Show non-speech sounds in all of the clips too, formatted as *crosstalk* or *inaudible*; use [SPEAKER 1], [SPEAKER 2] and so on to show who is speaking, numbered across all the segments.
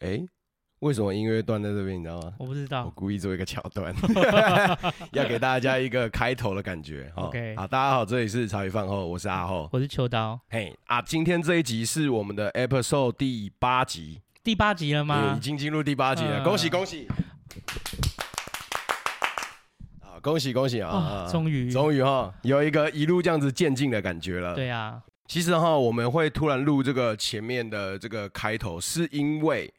[SPEAKER 1] 诶，哎为什么音乐段在这边？你知道吗？
[SPEAKER 2] 我不知
[SPEAKER 1] 我
[SPEAKER 2] 道。
[SPEAKER 1] 故意做一个桥
[SPEAKER 2] *laughs*
[SPEAKER 1] 段， *laughs* 要给大家一个开头的感觉。哈
[SPEAKER 2] OK
[SPEAKER 1] 好，大家好，这里是茶余饭后，我是阿后。
[SPEAKER 2] 我是秋刀，
[SPEAKER 1] 嘿啊，今天这一集是我们的 episode 第八集，
[SPEAKER 2] 第八集
[SPEAKER 1] 嗯
[SPEAKER 2] 了
[SPEAKER 1] 已
[SPEAKER 2] 吗？
[SPEAKER 1] 经进入第八集了，
[SPEAKER 2] 嗯
[SPEAKER 1] 恭喜恭喜！啊，恭喜恭喜啊
[SPEAKER 2] 啊，
[SPEAKER 1] 啊！
[SPEAKER 2] 终于，
[SPEAKER 1] 终于哈，有一个一路这样子渐进的感觉了。
[SPEAKER 2] 对啊，
[SPEAKER 1] 其实哈，我们会突然录这个前面的这个开头，是因为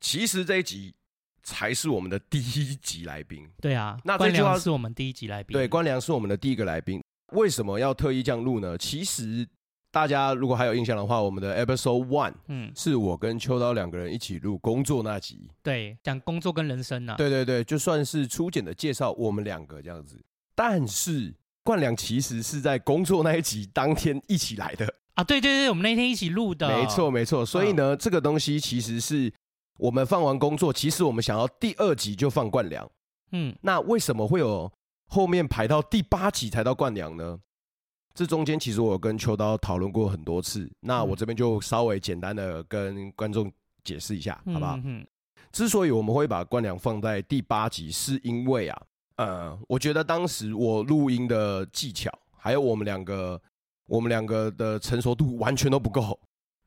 [SPEAKER 1] 其实这一集才是我们的第一集来 *laughs* 宾。
[SPEAKER 2] 对啊。
[SPEAKER 1] 那这
[SPEAKER 2] 关
[SPEAKER 1] 句话
[SPEAKER 2] 良是我们第一集来宾，
[SPEAKER 1] 对，关良是我们的第一个来宾。为什么要特意这样录呢？其实大家如果还有印象的话，我们的 episode one
[SPEAKER 2] 嗯，
[SPEAKER 1] 是我跟秋刀两个人一起录工作那集。
[SPEAKER 2] 对，讲工作跟人生呐、啊。
[SPEAKER 1] 对对对，就算是初简的介绍我们两个这样子。但是冠良其实是在工作那一集当天一起来的。
[SPEAKER 2] 啊，对对对，我们那天一起录的，嗯
[SPEAKER 1] 没错，，没错。所以呢，这个东西其实是我们放完工作，其实我们想要第二集就放冠良。
[SPEAKER 2] 嗯，
[SPEAKER 1] 那为什么会有后面排到第八集才到冠良呢？这中间其实我有跟秋刀讨论过很多次，那我
[SPEAKER 2] 嗯
[SPEAKER 1] 这边就稍微简单的跟观众解释一下，好不好？
[SPEAKER 2] 嗯嗯
[SPEAKER 1] 之所以我们会把冠良放在第八集，是因为啊，呃，我觉得当时我录音的技巧，还有我们两个，我们两个的成熟度完全都不够。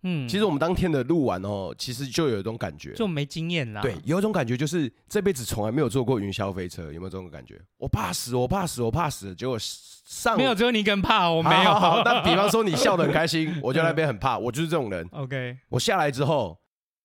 [SPEAKER 2] 嗯，
[SPEAKER 1] 其实我们当天的录完哦，其实就有一种感觉，
[SPEAKER 2] 就没经验啦。
[SPEAKER 1] 对，有一种感觉就是这辈子从来没有坐过云霄飞车，有没有这种感觉？我怕死，我怕死，我怕死，结果上
[SPEAKER 2] 没有，只有你一个人怕，我没有。
[SPEAKER 1] 好好好那比方说你笑得很开心，我就那边很怕，我就是这种人。
[SPEAKER 2] *laughs* OK，
[SPEAKER 1] 我下来之后，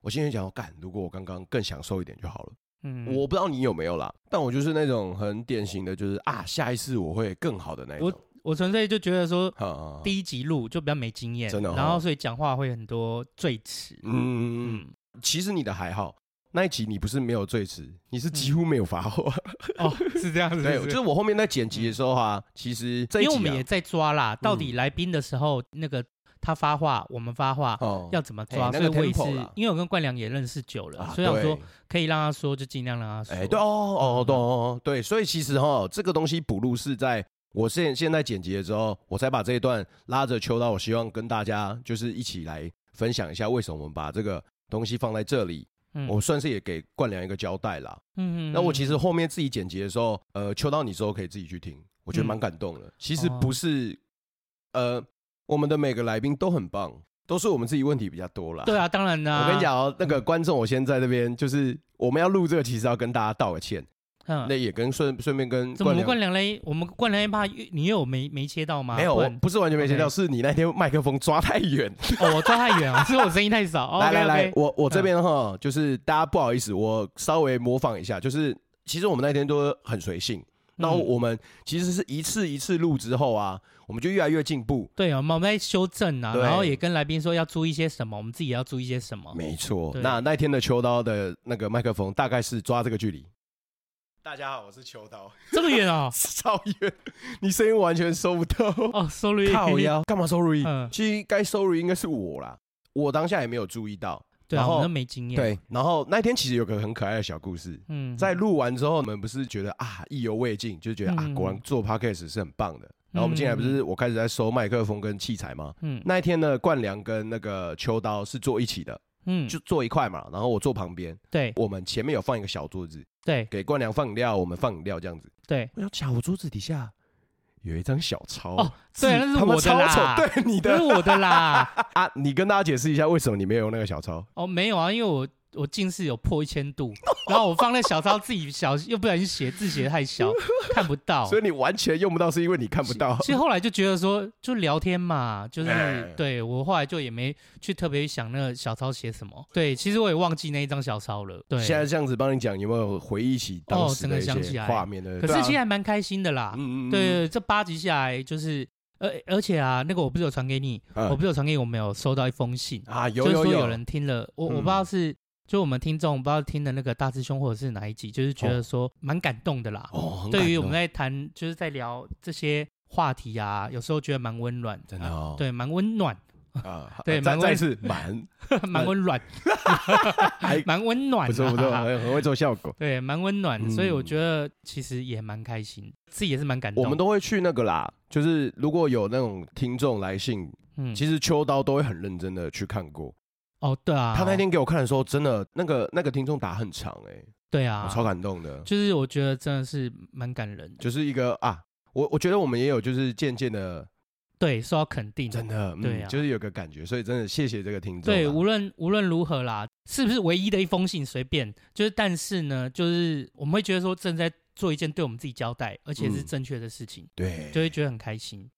[SPEAKER 1] 我心里想，干，如果我刚刚更享受一点就好了。
[SPEAKER 2] 嗯，
[SPEAKER 1] 我不知道你有没有啦，但我就是那种很典型的，就是啊，下一次我会更好的那一种。
[SPEAKER 2] 我纯粹就觉得说
[SPEAKER 1] 哈哈哈
[SPEAKER 2] 第一集录就比较没经验，
[SPEAKER 1] 啊真的哦
[SPEAKER 2] 然后所以讲话会很多赘词。
[SPEAKER 1] 嗯，
[SPEAKER 2] 嗯，
[SPEAKER 1] 其实你的还好，那一集你不是没有最迟，你
[SPEAKER 2] 嗯
[SPEAKER 1] 是几乎没有发货。
[SPEAKER 2] 哦，是这样子，
[SPEAKER 1] 对，
[SPEAKER 2] 是不
[SPEAKER 1] 就是是我后面在剪辑的时候啊，其实这一
[SPEAKER 2] 因为我
[SPEAKER 1] 集
[SPEAKER 2] 们也
[SPEAKER 1] 啊，
[SPEAKER 2] 在抓啦，到底来宾的时候，那个他发话，我们发话。
[SPEAKER 1] 哦
[SPEAKER 2] 要怎么
[SPEAKER 1] 哎
[SPEAKER 2] 抓？
[SPEAKER 1] 那
[SPEAKER 2] 所以
[SPEAKER 1] 个
[SPEAKER 2] 我也是
[SPEAKER 1] tempo 啦，
[SPEAKER 2] 因为我跟冠良也认识久了，
[SPEAKER 1] 啊
[SPEAKER 2] 所以我说
[SPEAKER 1] 对
[SPEAKER 2] 可以让他说，就尽量让他说。
[SPEAKER 1] 哎，对哦哦懂哦对，所以其实哈，这个东西补录是在我现现在剪辑的时候，我才把这一段拉着秋刀，我希望跟大家就是一起来分享一下为什么我们把这个东西放在这里，
[SPEAKER 2] 嗯，
[SPEAKER 1] 我算是也给冠良一个交代啦。
[SPEAKER 2] 嗯嗯
[SPEAKER 1] 那我其
[SPEAKER 2] 实
[SPEAKER 1] 实后面自己剪辑的时候，呃，秋刀你之后可以自己去听，我觉得
[SPEAKER 2] 嗯
[SPEAKER 1] 蛮感动的。其实
[SPEAKER 2] 哦
[SPEAKER 1] 不是，呃，我们的每个来宾都很棒，都是我们自己问题比较多啦。
[SPEAKER 2] 对啊，当然啦。
[SPEAKER 1] 我跟你，讲哦，那个观众，我先在这边，就是我们要录这个，其实要跟大家道个歉，那
[SPEAKER 2] 嗯，
[SPEAKER 1] 也跟顺顺便跟
[SPEAKER 2] 怎么
[SPEAKER 1] 冠良
[SPEAKER 2] 冠良嘞？我们冠良一怕你又没没切到吗？
[SPEAKER 1] 没有，
[SPEAKER 2] 不
[SPEAKER 1] 我
[SPEAKER 2] 然
[SPEAKER 1] 不是完全没切掉，
[SPEAKER 2] OK
[SPEAKER 1] 是你那天麦克风抓太远。 *laughs*
[SPEAKER 2] 哦，我抓太远了，是 *laughs* 我声音太少。哦
[SPEAKER 1] 来来
[SPEAKER 2] OK，OK
[SPEAKER 1] 来，我我这边哈，就是大家不好意思，我稍微模仿一下，就是其实我们那天都很随性。然后
[SPEAKER 2] 嗯
[SPEAKER 1] 我们其实是一次一次录之后啊，我们就越来越进步。
[SPEAKER 2] 对啊，我们在修正啊，
[SPEAKER 1] 对
[SPEAKER 2] 然后也跟来宾说要注意些什么，我们自己也要注意些什么。
[SPEAKER 1] 没错，
[SPEAKER 2] 哦对
[SPEAKER 1] 那那天的秋刀的那个麦克风大概是抓这个距离。大家好，我是秋刀，，
[SPEAKER 2] 这么远
[SPEAKER 1] *laughs*
[SPEAKER 2] 哦
[SPEAKER 1] 超远，你声音完全收不到。
[SPEAKER 2] 哦，sorry， *laughs*
[SPEAKER 1] 靠腰， *laughs* 干嘛 sorry？、
[SPEAKER 2] 嗯
[SPEAKER 1] 其实该 sorry 应该是我啦，我当下也没有注意到。
[SPEAKER 2] 对啊，
[SPEAKER 1] 然后
[SPEAKER 2] 我们都没经验。，
[SPEAKER 1] 对，然后那天其实有个很可爱的小故事，
[SPEAKER 2] 嗯，
[SPEAKER 1] 在录完之后，我们不是觉得啊意犹未尽，就是觉得啊
[SPEAKER 2] 嗯
[SPEAKER 1] 果然做 podcast 是很棒的。然后我们进来不是我开始在收麦克风跟器材吗？
[SPEAKER 2] 嗯
[SPEAKER 1] 那一天呢，冠良跟那个秋刀是坐一起的，
[SPEAKER 2] 嗯，
[SPEAKER 1] 就坐一块嘛，然后我坐旁边，
[SPEAKER 2] 对
[SPEAKER 1] 我们前面有放一个小桌子，
[SPEAKER 2] 对
[SPEAKER 1] 给冠良放饮料，我们放饮料这样子。
[SPEAKER 2] 对
[SPEAKER 1] 我想小桌子底下有一张小抄，
[SPEAKER 2] 哦
[SPEAKER 1] 字
[SPEAKER 2] 对，那是
[SPEAKER 1] 他妈
[SPEAKER 2] 我的啦，
[SPEAKER 1] 超丑，对你
[SPEAKER 2] 那
[SPEAKER 1] 的
[SPEAKER 2] 是我的啦。
[SPEAKER 1] 啊，你跟大家解释一下为什么你没有用那个小抄？
[SPEAKER 2] 哦，没有啊，因为我我近视有破一千
[SPEAKER 1] *laughs*
[SPEAKER 2] 度，然后我放那小抄自己小，又不小心写字写得太
[SPEAKER 1] *laughs*
[SPEAKER 2] 小，看不到
[SPEAKER 1] 所。以你完全用不到，是因为你看不到。
[SPEAKER 2] 其实后来就觉得说，就聊天嘛，就是、
[SPEAKER 1] 哎
[SPEAKER 2] 对我后来就也没去特别想那个小抄写什么。对，其实我也忘记那一张小抄了。对，
[SPEAKER 1] 现在这样子帮你讲，有没有回忆起当时的一
[SPEAKER 2] 哦整个想起
[SPEAKER 1] 些
[SPEAKER 2] 来
[SPEAKER 1] 画面的？
[SPEAKER 2] 可
[SPEAKER 1] 对啊
[SPEAKER 2] 是其实还蛮开心的啦。
[SPEAKER 1] 嗯
[SPEAKER 2] 对，这八集下来就是，而而且啊，那个我不是有传给你，
[SPEAKER 1] 嗯
[SPEAKER 2] 我不是有传给你，我们有收到一封信，
[SPEAKER 1] 啊，有
[SPEAKER 2] 就是
[SPEAKER 1] 有
[SPEAKER 2] 说
[SPEAKER 1] 有
[SPEAKER 2] 有人听了，我、我
[SPEAKER 1] 嗯
[SPEAKER 2] 不知道是。就我们听众不知道听的那个大师兄或者是哪一集，就是觉得说蛮感动的啦。
[SPEAKER 1] 哦，很感动
[SPEAKER 2] 对于我们在谈，就是在聊这些话题啊，有时候觉得蛮温暖，
[SPEAKER 1] 真的
[SPEAKER 2] 啊
[SPEAKER 1] 哦
[SPEAKER 2] 对，蛮温暖， *laughs*
[SPEAKER 1] 啊，
[SPEAKER 2] 对
[SPEAKER 1] 再
[SPEAKER 2] 蛮
[SPEAKER 1] 再一
[SPEAKER 2] *laughs*
[SPEAKER 1] 次蛮
[SPEAKER 2] 蛮温暖，
[SPEAKER 1] *laughs* 还
[SPEAKER 2] 蛮温暖、啊，
[SPEAKER 1] 不错不错，很很会做效果。
[SPEAKER 2] 对，蛮温暖的，
[SPEAKER 1] 嗯
[SPEAKER 2] 所以我觉得其实也蛮开心，自己也是蛮感动。
[SPEAKER 1] 我们都会去那个啦，就是如果有那种听众来信，
[SPEAKER 2] 嗯，
[SPEAKER 1] 其实秋刀都会很认真的去看过。
[SPEAKER 2] 哦，对啊，
[SPEAKER 1] 他那天给我看的时候，真的那个那个听众打很长哎、
[SPEAKER 2] 对
[SPEAKER 1] 我
[SPEAKER 2] 啊，
[SPEAKER 1] 超感动的，
[SPEAKER 2] 就是我觉得真的是蛮感人的，
[SPEAKER 1] 就是一个啊，我我觉得我们也有就是渐渐的
[SPEAKER 2] 对，受到肯定，
[SPEAKER 1] 真的，嗯
[SPEAKER 2] 对啊
[SPEAKER 1] 就是有个感觉，所以真的谢谢这个听众啊。
[SPEAKER 2] 对，无论无论如何啦，是不是唯一的一封信随便，就是但是呢，就是我们会觉得说正在做一件对我们自己交代，而且是
[SPEAKER 1] 嗯
[SPEAKER 2] 正确的事情，
[SPEAKER 1] 对，
[SPEAKER 2] 就会觉得很开心。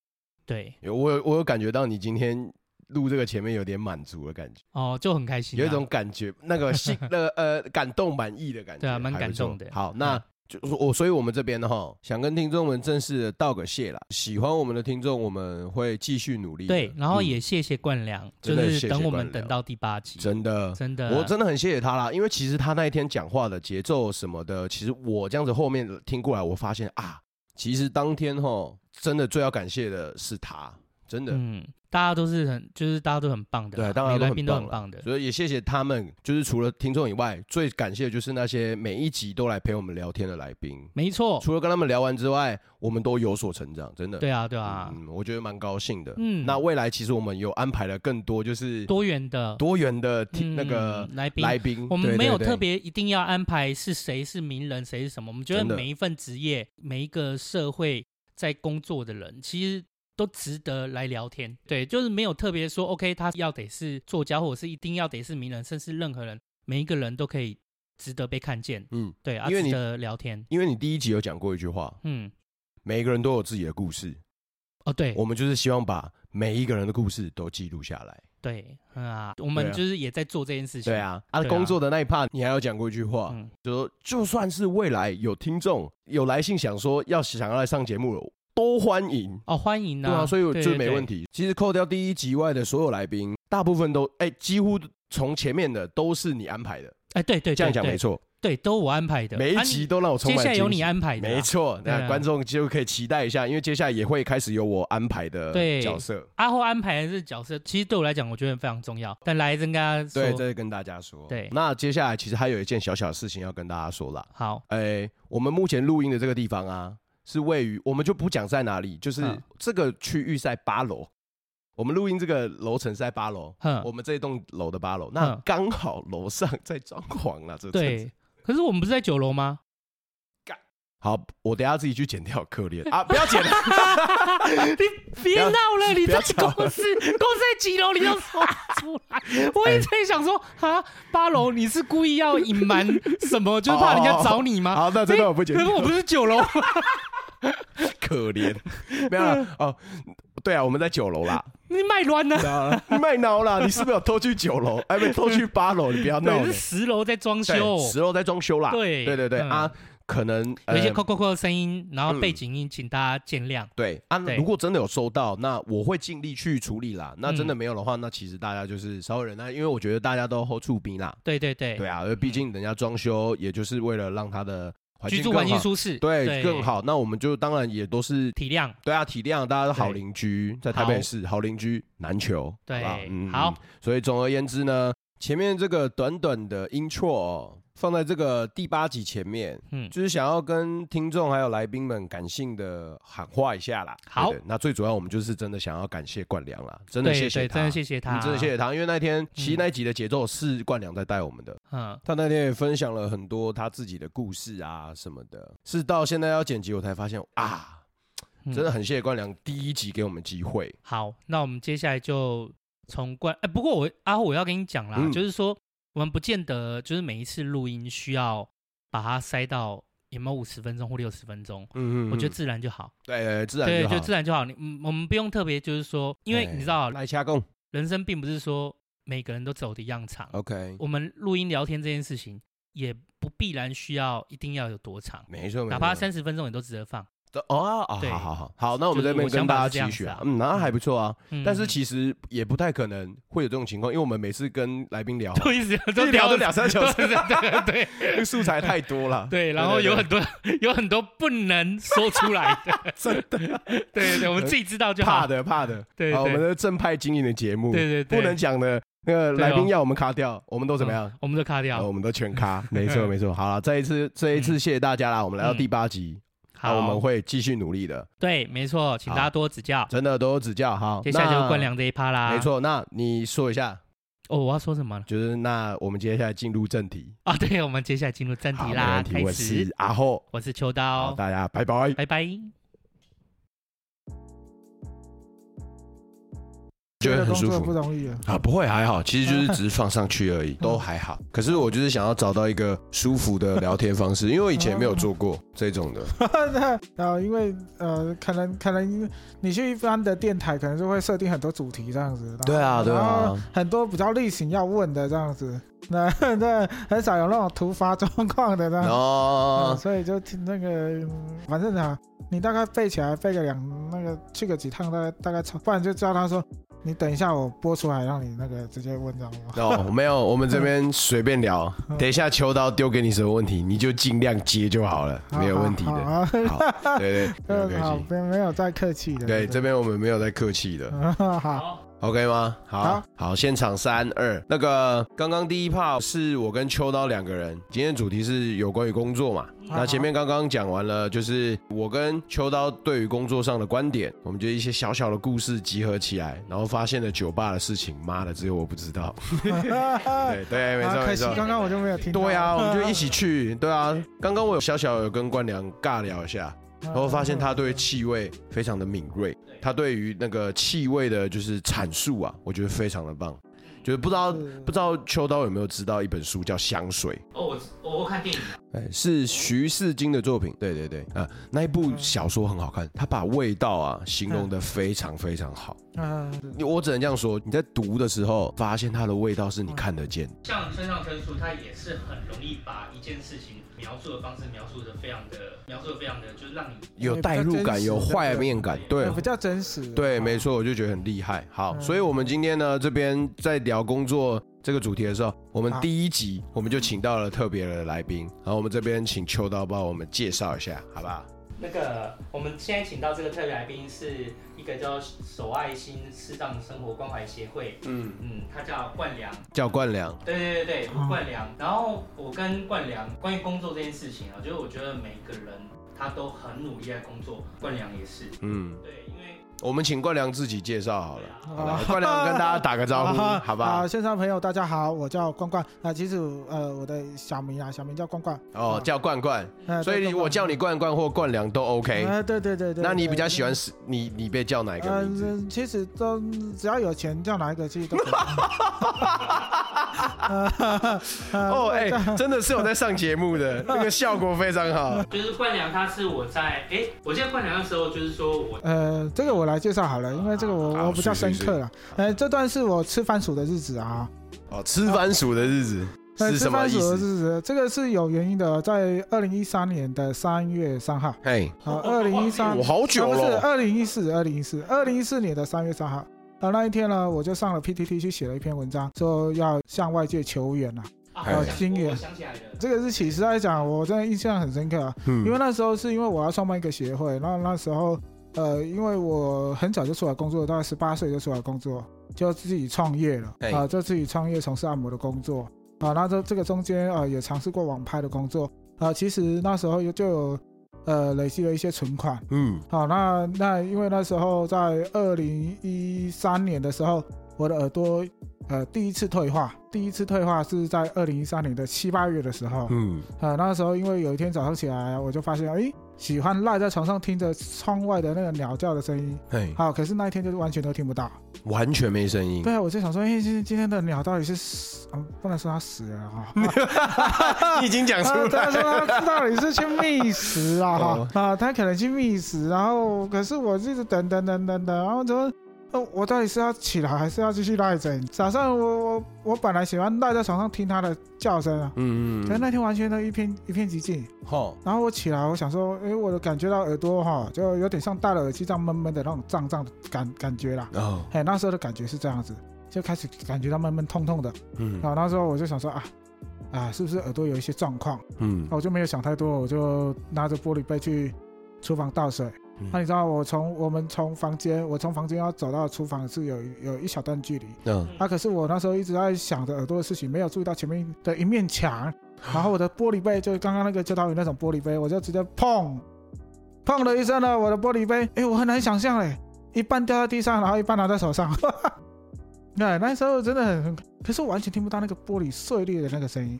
[SPEAKER 2] 对，
[SPEAKER 1] 有我有我有感觉到你今天录这个前面有点满足的感觉，
[SPEAKER 2] 哦，就很开心啊、
[SPEAKER 1] 有一种感觉，那个
[SPEAKER 2] *laughs*
[SPEAKER 1] 心那个呃感动满意的感觉，
[SPEAKER 2] 对啊蛮
[SPEAKER 1] 还不
[SPEAKER 2] 感
[SPEAKER 1] 错
[SPEAKER 2] 动的
[SPEAKER 1] 好，那
[SPEAKER 2] 嗯。
[SPEAKER 1] 就我，所以我们这边呢，哈，想跟听众们正式的道个谢啦。喜欢我们的听众，我们会继续努力的。
[SPEAKER 2] 对，然后
[SPEAKER 1] 嗯
[SPEAKER 2] 也谢谢冠良，
[SPEAKER 1] 真
[SPEAKER 2] 就
[SPEAKER 1] 的谢
[SPEAKER 2] 是
[SPEAKER 1] 谢
[SPEAKER 2] 等我
[SPEAKER 1] 冠
[SPEAKER 2] 们
[SPEAKER 1] 良
[SPEAKER 2] 等到第八集，
[SPEAKER 1] 真的，
[SPEAKER 2] 真的，啊
[SPEAKER 1] 我真的很谢谢他啦，因为其实他那一天讲话的节奏什么的，其实我这样子后面听过来，我发现啊，其实当天哈，真的最要感谢的是他，真的，
[SPEAKER 2] 嗯，大家都是很，就是大家都很棒的啦，
[SPEAKER 1] 对大家
[SPEAKER 2] 每
[SPEAKER 1] 都
[SPEAKER 2] 个来
[SPEAKER 1] 很
[SPEAKER 2] 宾都
[SPEAKER 1] 棒
[SPEAKER 2] 很
[SPEAKER 1] 啦
[SPEAKER 2] 棒的，
[SPEAKER 1] 所以也谢谢他们，就是除了听众以外，最感谢的就是那些每一集都来陪我们聊天的来宾，
[SPEAKER 2] 没错，
[SPEAKER 1] 除了跟他们聊完之外，我们都有所成长，真的，
[SPEAKER 2] 哦对啊，对啊，
[SPEAKER 1] 嗯，我觉得蛮高兴的。
[SPEAKER 2] 嗯
[SPEAKER 1] 那未来其实我们有安排了更多，就是
[SPEAKER 2] 多元的
[SPEAKER 1] 多元的听那个
[SPEAKER 2] 嗯来宾。
[SPEAKER 1] 来宾，
[SPEAKER 2] 我
[SPEAKER 1] 对
[SPEAKER 2] 们没有
[SPEAKER 1] 对对
[SPEAKER 2] 特别一定要安排是谁是名人，谁是什么。我们觉得
[SPEAKER 1] 真的
[SPEAKER 2] 每一份职业、每一个社会在工作的人，其实都值得来聊天。对，就是没有特别说 OK，他要得是作家，或者是一定要得是名人，甚至任何人，每一个人都可以值得被看见。
[SPEAKER 1] 嗯，
[SPEAKER 2] 对，啊，
[SPEAKER 1] 因为你
[SPEAKER 2] 值得聊天。
[SPEAKER 1] 因为你第一集有讲过一句话，
[SPEAKER 2] 嗯，
[SPEAKER 1] 每个人都有自己的故事，
[SPEAKER 2] 哦，对，
[SPEAKER 1] 我们就是希望把每一个人的故事都记录下来。
[SPEAKER 2] 对，嗯啊，我们
[SPEAKER 1] 啊
[SPEAKER 2] 就是也在做这件事情。
[SPEAKER 1] 对，啊，啊，
[SPEAKER 2] 对啊
[SPEAKER 1] 工作的那一 part 你还有讲过一句话，
[SPEAKER 2] 嗯，
[SPEAKER 1] 就说就算是未来有听众有来信想说要想要来上节目了，都欢迎。
[SPEAKER 2] 哦，欢迎
[SPEAKER 1] 对啊，所以我
[SPEAKER 2] 对
[SPEAKER 1] 就
[SPEAKER 2] 对
[SPEAKER 1] 没
[SPEAKER 2] 对
[SPEAKER 1] 问题。其实扣掉第一集以外的所有来宾，大部分都哎、几乎从前面的都是你安排的，
[SPEAKER 2] 哎，对对，
[SPEAKER 1] 这样
[SPEAKER 2] 对
[SPEAKER 1] 讲
[SPEAKER 2] 对
[SPEAKER 1] 没错，
[SPEAKER 2] 对，都我安排的。
[SPEAKER 1] 每一
[SPEAKER 2] 啊
[SPEAKER 1] 集
[SPEAKER 2] 你
[SPEAKER 1] 都让我充
[SPEAKER 2] 接
[SPEAKER 1] 满
[SPEAKER 2] 下来有
[SPEAKER 1] 惊喜
[SPEAKER 2] 你安排的啦，
[SPEAKER 1] 没错，
[SPEAKER 2] 对
[SPEAKER 1] 那
[SPEAKER 2] 啊
[SPEAKER 1] 观众就可以期待一下，因为接下来也会开始有我安排的
[SPEAKER 2] 对
[SPEAKER 1] 角色。
[SPEAKER 2] 阿后安排的这角色，其实对我来讲，我觉得非常重要。但来跟大家说，
[SPEAKER 1] 对，这是跟大家说。
[SPEAKER 2] 对
[SPEAKER 1] 那接下来其实还有一件小小的事情要跟大家说啦。
[SPEAKER 2] 好，
[SPEAKER 1] 哎，我们目前录音的这个地方啊，是位于我们就不讲在哪里，就是
[SPEAKER 2] 嗯
[SPEAKER 1] 这个区域在八楼。我们录音这个楼层是在八楼，
[SPEAKER 2] 哼
[SPEAKER 1] 我，们这一栋楼的八楼，那
[SPEAKER 2] 嗯
[SPEAKER 1] 刚好楼上在装潢啊，这阵子
[SPEAKER 2] 对。可是我们不是在九楼吗？
[SPEAKER 1] 好，我等一下自己去剪掉，可怜啊，不要
[SPEAKER 2] *laughs*
[SPEAKER 1] 剪了，
[SPEAKER 2] 你别闹了，你
[SPEAKER 1] 不要
[SPEAKER 2] 在
[SPEAKER 1] 吵了
[SPEAKER 2] 公司，公司在几楼你都说出来。我一直在想说，啊，八楼你是故意要隐瞒什么，就是怕人家找你吗？
[SPEAKER 1] 好，那真的我不剪
[SPEAKER 2] 可
[SPEAKER 1] 掉
[SPEAKER 2] 是，我不是九楼，
[SPEAKER 1] 可怜， *laughs* 没有了哦，对啊，我们在九楼啦，
[SPEAKER 2] 你卖卵呢？
[SPEAKER 1] 卖闹啦！ *laughs* 你是不是有偷去九
[SPEAKER 2] *laughs*
[SPEAKER 1] 楼？哎，被偷去八楼？你不要闹
[SPEAKER 2] 对，
[SPEAKER 1] 了
[SPEAKER 2] 是。十楼在装修
[SPEAKER 1] 对，，十楼在装修啦。
[SPEAKER 2] 对
[SPEAKER 1] 对对对
[SPEAKER 2] 嗯
[SPEAKER 1] 啊，可能
[SPEAKER 2] 有一些
[SPEAKER 1] 呃
[SPEAKER 2] 扣扣扣的声音，然后
[SPEAKER 1] 嗯
[SPEAKER 2] 背景音，请大家见谅。
[SPEAKER 1] 对啊，
[SPEAKER 2] 对
[SPEAKER 1] 如果真的有收到，那我会尽力去处理啦。那真的
[SPEAKER 2] 嗯
[SPEAKER 1] 没有的话，那其实大家就是稍微忍耐，因为我觉得大家都 hold 住兵啦。
[SPEAKER 2] 对对对，
[SPEAKER 1] 对啊，因为毕竟人家装修也就是为了让他的环
[SPEAKER 2] 居
[SPEAKER 1] 境
[SPEAKER 2] 住
[SPEAKER 1] 更
[SPEAKER 2] 环境
[SPEAKER 1] 好，
[SPEAKER 2] 舒适，
[SPEAKER 1] 对更好。那我们就当然也都是
[SPEAKER 2] 体谅。
[SPEAKER 1] 对啊，体谅大家都好
[SPEAKER 2] 对
[SPEAKER 1] 邻居，在台北
[SPEAKER 2] 好
[SPEAKER 1] 市好邻居南球，好
[SPEAKER 2] 对
[SPEAKER 1] 不好，嗯
[SPEAKER 2] 好
[SPEAKER 1] 所以总而言之呢，前面这个短短的 intro、哦、放在这个第八集前面，
[SPEAKER 2] 嗯，
[SPEAKER 1] 就是想要跟听众还有来宾们感性的喊话一下啦。
[SPEAKER 2] 好
[SPEAKER 1] 对的那最主要我们就是真的想要感谢冠良啦，真的谢谢
[SPEAKER 2] 对对，
[SPEAKER 1] 他，
[SPEAKER 2] 真的谢谢他，
[SPEAKER 1] 嗯真的谢谢他，因为那天其实
[SPEAKER 2] 嗯
[SPEAKER 1] 那一集的节奏是冠良在带我们的。
[SPEAKER 2] 嗯，
[SPEAKER 1] 他那天也分享了很多他自己的故事啊什么的，是到现在要剪辑我才发现啊，
[SPEAKER 2] 嗯，
[SPEAKER 1] 真的很谢谢冠良第一集给我们机会。
[SPEAKER 2] 好。那我们接下来就从关，哎，不过我阿虎我要跟你讲啦
[SPEAKER 1] 嗯，
[SPEAKER 2] 就是说我们不见得就是每一次录音需要把它塞到有没有五十分钟或六十分钟，
[SPEAKER 1] 嗯
[SPEAKER 2] 我觉得自然就好，
[SPEAKER 1] 对对自然
[SPEAKER 2] 对，
[SPEAKER 1] 就好
[SPEAKER 2] 就自然就好。你嗯我们不用特别就是说，因为
[SPEAKER 1] 哎
[SPEAKER 2] 你知道
[SPEAKER 1] 来掐工
[SPEAKER 2] 人生并不是说每个人都走的一样长，
[SPEAKER 1] ，OK，
[SPEAKER 2] 我们录音聊天这件事情也不必然需要一定要有多长。
[SPEAKER 1] 没错，没错
[SPEAKER 2] 哪怕三十分钟也都值得放。
[SPEAKER 1] 哦啊，
[SPEAKER 2] 对
[SPEAKER 1] 好好好好，那我们这边
[SPEAKER 2] 就是
[SPEAKER 1] 跟
[SPEAKER 2] 我想法
[SPEAKER 1] 大
[SPEAKER 2] 是这
[SPEAKER 1] 家
[SPEAKER 2] 样
[SPEAKER 1] 期许啊
[SPEAKER 2] 子，啊
[SPEAKER 1] 嗯，那还不错啊，
[SPEAKER 2] 嗯，
[SPEAKER 1] 但是其实也不太可能会有这种情况，因为我们每次跟来宾聊
[SPEAKER 2] 都一直都
[SPEAKER 1] 哦一聊都两三小时
[SPEAKER 2] 对对对
[SPEAKER 1] 因为 *laughs* 素材太多了，
[SPEAKER 2] *laughs*
[SPEAKER 1] *laughs*
[SPEAKER 2] 对，然后有很多有很多不能说出来
[SPEAKER 1] *laughs*
[SPEAKER 2] 的，
[SPEAKER 1] 真的
[SPEAKER 2] 对对，我们自己知道就
[SPEAKER 1] 怕
[SPEAKER 2] 好。
[SPEAKER 1] 的怕的，
[SPEAKER 2] 对
[SPEAKER 1] 好我
[SPEAKER 2] 对
[SPEAKER 1] 们的正派经营的节目，
[SPEAKER 2] 对对对，
[SPEAKER 1] 不能讲的，那个
[SPEAKER 2] 对
[SPEAKER 1] 来
[SPEAKER 2] 哦嗯
[SPEAKER 1] 宾要我们卡掉，我们都怎么样？
[SPEAKER 2] 我们都卡
[SPEAKER 1] 啊
[SPEAKER 2] 掉。
[SPEAKER 1] 我们都全卡，没错没错。好了，这一次这一
[SPEAKER 2] 嗯
[SPEAKER 1] 次谢谢大家啦，我们来到第八集，那
[SPEAKER 2] 好，
[SPEAKER 1] 我们会继续努力的。
[SPEAKER 2] 对，没错，请大家多指教。
[SPEAKER 1] 真的都有指教哈。
[SPEAKER 2] 接下来就是
[SPEAKER 1] 那
[SPEAKER 2] 冠良这一趴啦。
[SPEAKER 1] 没，错。那你说一下，
[SPEAKER 2] 哦，我要说什么了？
[SPEAKER 1] 就是那我们接下来进入正题，
[SPEAKER 2] 啊，对，我们接下来进入正
[SPEAKER 1] 好
[SPEAKER 2] 题
[SPEAKER 1] 没
[SPEAKER 2] 啦，
[SPEAKER 1] 问题
[SPEAKER 2] 开
[SPEAKER 1] 我
[SPEAKER 2] 始
[SPEAKER 1] 是。阿后，
[SPEAKER 2] 我是秋
[SPEAKER 1] 好，
[SPEAKER 2] 刀，
[SPEAKER 1] 大家拜拜。
[SPEAKER 2] 拜拜。
[SPEAKER 1] 觉得很舒
[SPEAKER 3] 工作
[SPEAKER 1] 服
[SPEAKER 3] 不
[SPEAKER 1] *laughs*
[SPEAKER 3] 容易 *laughs* 啊。
[SPEAKER 1] 啊，不会还好，其实就是只是放上去 *laughs* 而已，都还好。可是我就是想要找到一个舒服的聊天方式，因为我以前没有做 *laughs* 过这种的。
[SPEAKER 3] 那啊，因为呃，可能可能你去一般的电台，可能就会设定很多主题这样子。然后
[SPEAKER 1] 对啊对啊，
[SPEAKER 3] 然后很多比较例行要问的这样子。那 *laughs* 那很少有那种突发状况的这
[SPEAKER 1] 然
[SPEAKER 3] 样子。嗯
[SPEAKER 1] 后
[SPEAKER 3] 所以就听那个，嗯反正啊，你大概背起来背个两那个去个几趟，大概大概差，不然就叫他说，你等一下我播出来，让你那个直接问这样吗？
[SPEAKER 1] 哦，没有，我们这边随便聊。
[SPEAKER 3] 嗯
[SPEAKER 1] 等一下秋刀丢给你什么问题，你就尽量接就好了，没有问题的。
[SPEAKER 3] 好，
[SPEAKER 1] 好，对对，没有
[SPEAKER 3] 好，
[SPEAKER 1] 客气。
[SPEAKER 3] 没没有再客气的。
[SPEAKER 1] 对，这边我们没有在客气的。
[SPEAKER 3] 嗯 *laughs* 好，
[SPEAKER 2] 好，
[SPEAKER 1] OK 吗？好
[SPEAKER 3] 好
[SPEAKER 1] 好，现场三二，那个刚刚第一炮是我跟秋刀两个人，今天主题是有关于工作嘛。那前面刚刚讲完了，就是我跟秋刀对于工作上的观点，我们就一些小小的故事集合起来，然后发现了酒吧的事情，妈的，只有我不知道。 *laughs* 对对，没
[SPEAKER 3] 啊
[SPEAKER 1] 错
[SPEAKER 3] 可
[SPEAKER 1] 没
[SPEAKER 3] 惜
[SPEAKER 1] 错。
[SPEAKER 3] 啊刚刚我就没有听到。
[SPEAKER 1] 对啊，我们就一起去。对啊，刚刚我有小小有跟冠良尬聊一下，
[SPEAKER 3] 嗯，然
[SPEAKER 1] 然后发现他对气味非常的敏锐，他对于那个气味的就是阐述啊，我觉得非常的棒。
[SPEAKER 3] 嗯
[SPEAKER 1] 就是不知道
[SPEAKER 3] 是
[SPEAKER 1] 不知道秋刀有没有知道一本书叫《香水
[SPEAKER 2] 哦，我我看电影，》，
[SPEAKER 1] 哎，是徐世金的作品。对对对，啊，那一部小说很好看，他把味道啊形容的非常非常好。
[SPEAKER 3] 嗯，
[SPEAKER 1] 我只能这样说，你在读的时候发现它的味道是你看得
[SPEAKER 3] 嗯
[SPEAKER 1] 见的。
[SPEAKER 2] 像村上春树，他也是很容易把一件事情描述的方式描述的非常的描述的非常的，就是让你
[SPEAKER 1] 有代入感，有画面感，对
[SPEAKER 3] 嗯比较真实。
[SPEAKER 1] 对，没错，我就觉得很厉害。好，
[SPEAKER 3] 嗯
[SPEAKER 1] 所以我们今天呢，这边在聊工作这个主题的时候，我们
[SPEAKER 3] 啊
[SPEAKER 1] 第一集我们就请到了特别的来宾，然后我们这边请秋刀帮我们介绍一下，好不好？
[SPEAKER 2] 那个，我们现在请到这个特别来宾是一个叫“手爱心视障生活关怀协会”，
[SPEAKER 1] 嗯，
[SPEAKER 2] 嗯，他叫冠良，
[SPEAKER 1] 叫冠良，
[SPEAKER 2] 对对对对，
[SPEAKER 3] 嗯
[SPEAKER 2] 冠良。然后我跟冠良关于工作这件事情啊，就是我觉得每个人他都很努力在工作，冠良也是，
[SPEAKER 1] 嗯，
[SPEAKER 2] 对，因为啊
[SPEAKER 1] 我们请冠良自己介绍好了。
[SPEAKER 2] 了
[SPEAKER 1] 好吧，冠良跟大家打个招呼，
[SPEAKER 3] 啊
[SPEAKER 1] 好
[SPEAKER 3] 啊，
[SPEAKER 1] 吧？
[SPEAKER 3] 线上朋友大家好，我叫冠冠啊，其实呃我的小名啊，小名叫冠冠，
[SPEAKER 1] 哦，叫冠冠，
[SPEAKER 3] 呃
[SPEAKER 1] 所以我叫你冠冠或冠良都 OK。
[SPEAKER 3] 啊，对对对对，
[SPEAKER 1] 那你
[SPEAKER 3] 对
[SPEAKER 1] 比较喜欢？是你你被叫哪一个名字？
[SPEAKER 3] 嗯，其实都只要有钱叫哪一个，其实都可以。
[SPEAKER 1] *laughs* 哦，哎，
[SPEAKER 3] *laughs*
[SPEAKER 1] 真的是有在上节目的，那个效果非常好。
[SPEAKER 2] 就是冠良，他是我在哎，我记得冠良的时候，就是说我
[SPEAKER 3] 呃，这个我来介绍好了，因为这个
[SPEAKER 1] 好
[SPEAKER 3] 我我比较深刻了。呃，这段是我吃番薯的日子啊，
[SPEAKER 1] 哦，吃番薯的日子
[SPEAKER 3] 呃，
[SPEAKER 1] 是
[SPEAKER 3] 吃
[SPEAKER 1] 什么
[SPEAKER 3] 番
[SPEAKER 1] 意
[SPEAKER 3] 薯的日
[SPEAKER 1] 思？
[SPEAKER 3] 子，这个是有原因的，在二零一三年的三月三号，
[SPEAKER 1] 嘿，
[SPEAKER 3] 啊，二零一三
[SPEAKER 1] 我哦好久哦
[SPEAKER 3] 啊不是
[SPEAKER 1] 了，
[SPEAKER 3] 二零一四，二零一四，二零一四年的三月三号。啊，那一天呢，我就上了 PTT 去写了一篇文章，说要向外界求援啊。
[SPEAKER 2] 啊，
[SPEAKER 1] 哎
[SPEAKER 2] 我想
[SPEAKER 3] 金
[SPEAKER 2] 我
[SPEAKER 3] 源
[SPEAKER 2] 我想起来了，
[SPEAKER 3] 这个日期实在讲，我真的印象很深刻啊，因
[SPEAKER 1] 嗯
[SPEAKER 3] 为那时候是因为我要创办一个协会，那那时候，呃，因为我很早就出来工作，大概十八岁就出来工作，就自己创业了
[SPEAKER 1] 哎
[SPEAKER 3] 啊、就自己创业从事按摩的工作啊、那这这个中间啊、呃也尝试过网拍的工作啊、其实那时候就有呃累积了一些存款。
[SPEAKER 1] 嗯，
[SPEAKER 3] 好，那那因为那时候在二零一三年的时候，我的耳朵呃第一次退化，第一次退化是在二零一三年的七八月的时候。
[SPEAKER 1] 嗯，
[SPEAKER 3] 啊、那时候因为有一天早上起来，我就发现，诶，喜欢赖在床上听着窗外的那个鸟叫的声音。
[SPEAKER 1] 嘿，
[SPEAKER 3] 好，可是那一天就是完全都听不到。
[SPEAKER 1] 完全没声音。
[SPEAKER 3] 啊对啊，我就想说，诶，今今天的鸟到底是死，嗯，不能说它死了哈。
[SPEAKER 1] 你已经讲出
[SPEAKER 3] 啊，
[SPEAKER 1] 来
[SPEAKER 3] 他说
[SPEAKER 1] 了，
[SPEAKER 3] 他知道你是去觅食啊，
[SPEAKER 1] *laughs* 哦
[SPEAKER 3] 哈啊，他可能去觅食，然后可是我一直等等等等等，然后怎么？呃，我到底是要起来还是要继续赖着？早上我我我本来喜欢赖在床上听他的叫声啊，
[SPEAKER 1] 嗯
[SPEAKER 3] 可是，那天完全都一片一片寂静。
[SPEAKER 1] 好，
[SPEAKER 3] 然后我起来，我想说，诶，我的感觉到耳朵哈，就有点像戴了耳机这样闷闷的那种胀胀的感感觉啦。
[SPEAKER 1] 哦，
[SPEAKER 3] 哎，那时候的感觉是这样子，就开始感觉到闷闷痛痛的。
[SPEAKER 1] 嗯
[SPEAKER 3] 然后那时候我就想说啊啊，是不是耳朵有一些状况？
[SPEAKER 1] 嗯
[SPEAKER 3] 那，我就没有想太多，我就拿着玻璃杯去厨房倒水。
[SPEAKER 1] 嗯
[SPEAKER 3] 那你知道我从我们从房间，我从房间要走到厨房是有有一小段距离。
[SPEAKER 1] 嗯，
[SPEAKER 3] 啊，可是我那时候一直在想着耳朵的事情，没有注意到前面的一面墙，然后我的玻璃杯就是刚刚那个教导员那种玻璃杯，我就直接砰，砰的一声呢， *laughs* 我的玻璃杯，哎，我很难想象嘞，一半掉在地上，然后一半拿在手上。那那时候真的很很，可是我完全听不到那个玻璃碎裂的那个声音。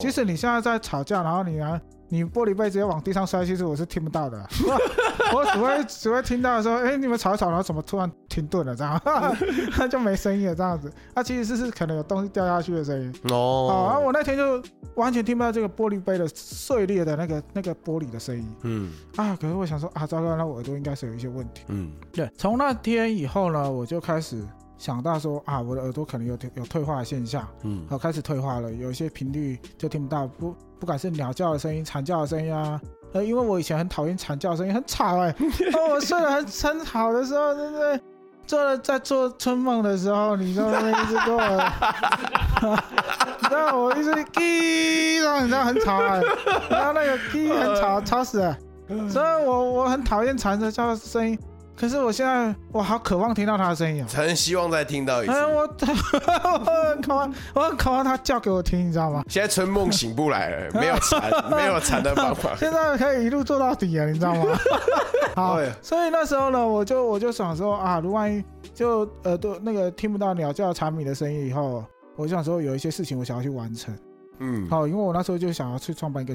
[SPEAKER 3] 即使你现在在吵架，然后你拿你玻璃杯直接往地上摔，其实我是听不到的。 *laughs* 我我只会只会听到说，哎、你们吵一吵，然后怎么突然停顿了这样，那 *laughs* 就没声音了这样子。它、其实是是可能有东西掉下去的声音。哦，然后
[SPEAKER 1] 哦，
[SPEAKER 3] 我那天就完全听不到这个玻璃杯的碎裂的那个那个玻璃的声音
[SPEAKER 1] 嗯
[SPEAKER 3] 啊！可是我想说啊，糟糕，那我耳朵应该是有一些问题。
[SPEAKER 1] 嗯，
[SPEAKER 3] 对，从那天以后呢，我就开始想到说啊，我的耳朵可能有退有退化的现象，
[SPEAKER 1] 嗯
[SPEAKER 3] 好开始退化了，有一些频率就听不到，不不管是鸟叫的声音、蝉叫的声音啊。呃，因为我以前很讨厌蝉叫的声音，很吵哎、 *laughs* 哦，我睡得很很好的时候，对不对？做了在做春梦的时候，你在那边一直跟我， *laughs* 你知道我一直叽，然后你知道很吵哎、然后那个叽很吵，吵死了。所以我我很讨厌蝉的叫的声音，可是我现在我好渴望听到它的声音啊、
[SPEAKER 1] 很希望再听到一次。
[SPEAKER 3] 哎，我 *laughs* 我很渴望，我很渴望它叫给我听，你知道吗？
[SPEAKER 1] 现在春梦醒不来
[SPEAKER 3] *laughs*
[SPEAKER 1] 了，没有缠，没有缠的办法。
[SPEAKER 3] 现在可以一路做到底啊，你知道
[SPEAKER 1] *laughs*
[SPEAKER 3] 吗？好
[SPEAKER 1] 哎呀，
[SPEAKER 3] 所以那时候呢，我就我就想说啊，如果万一就耳朵那个听不到鸟叫、蝉鸣的声音以后，我就想说有一些事情我想要去完成。
[SPEAKER 1] 嗯，
[SPEAKER 3] 好，因为我那时候就想要去创办一个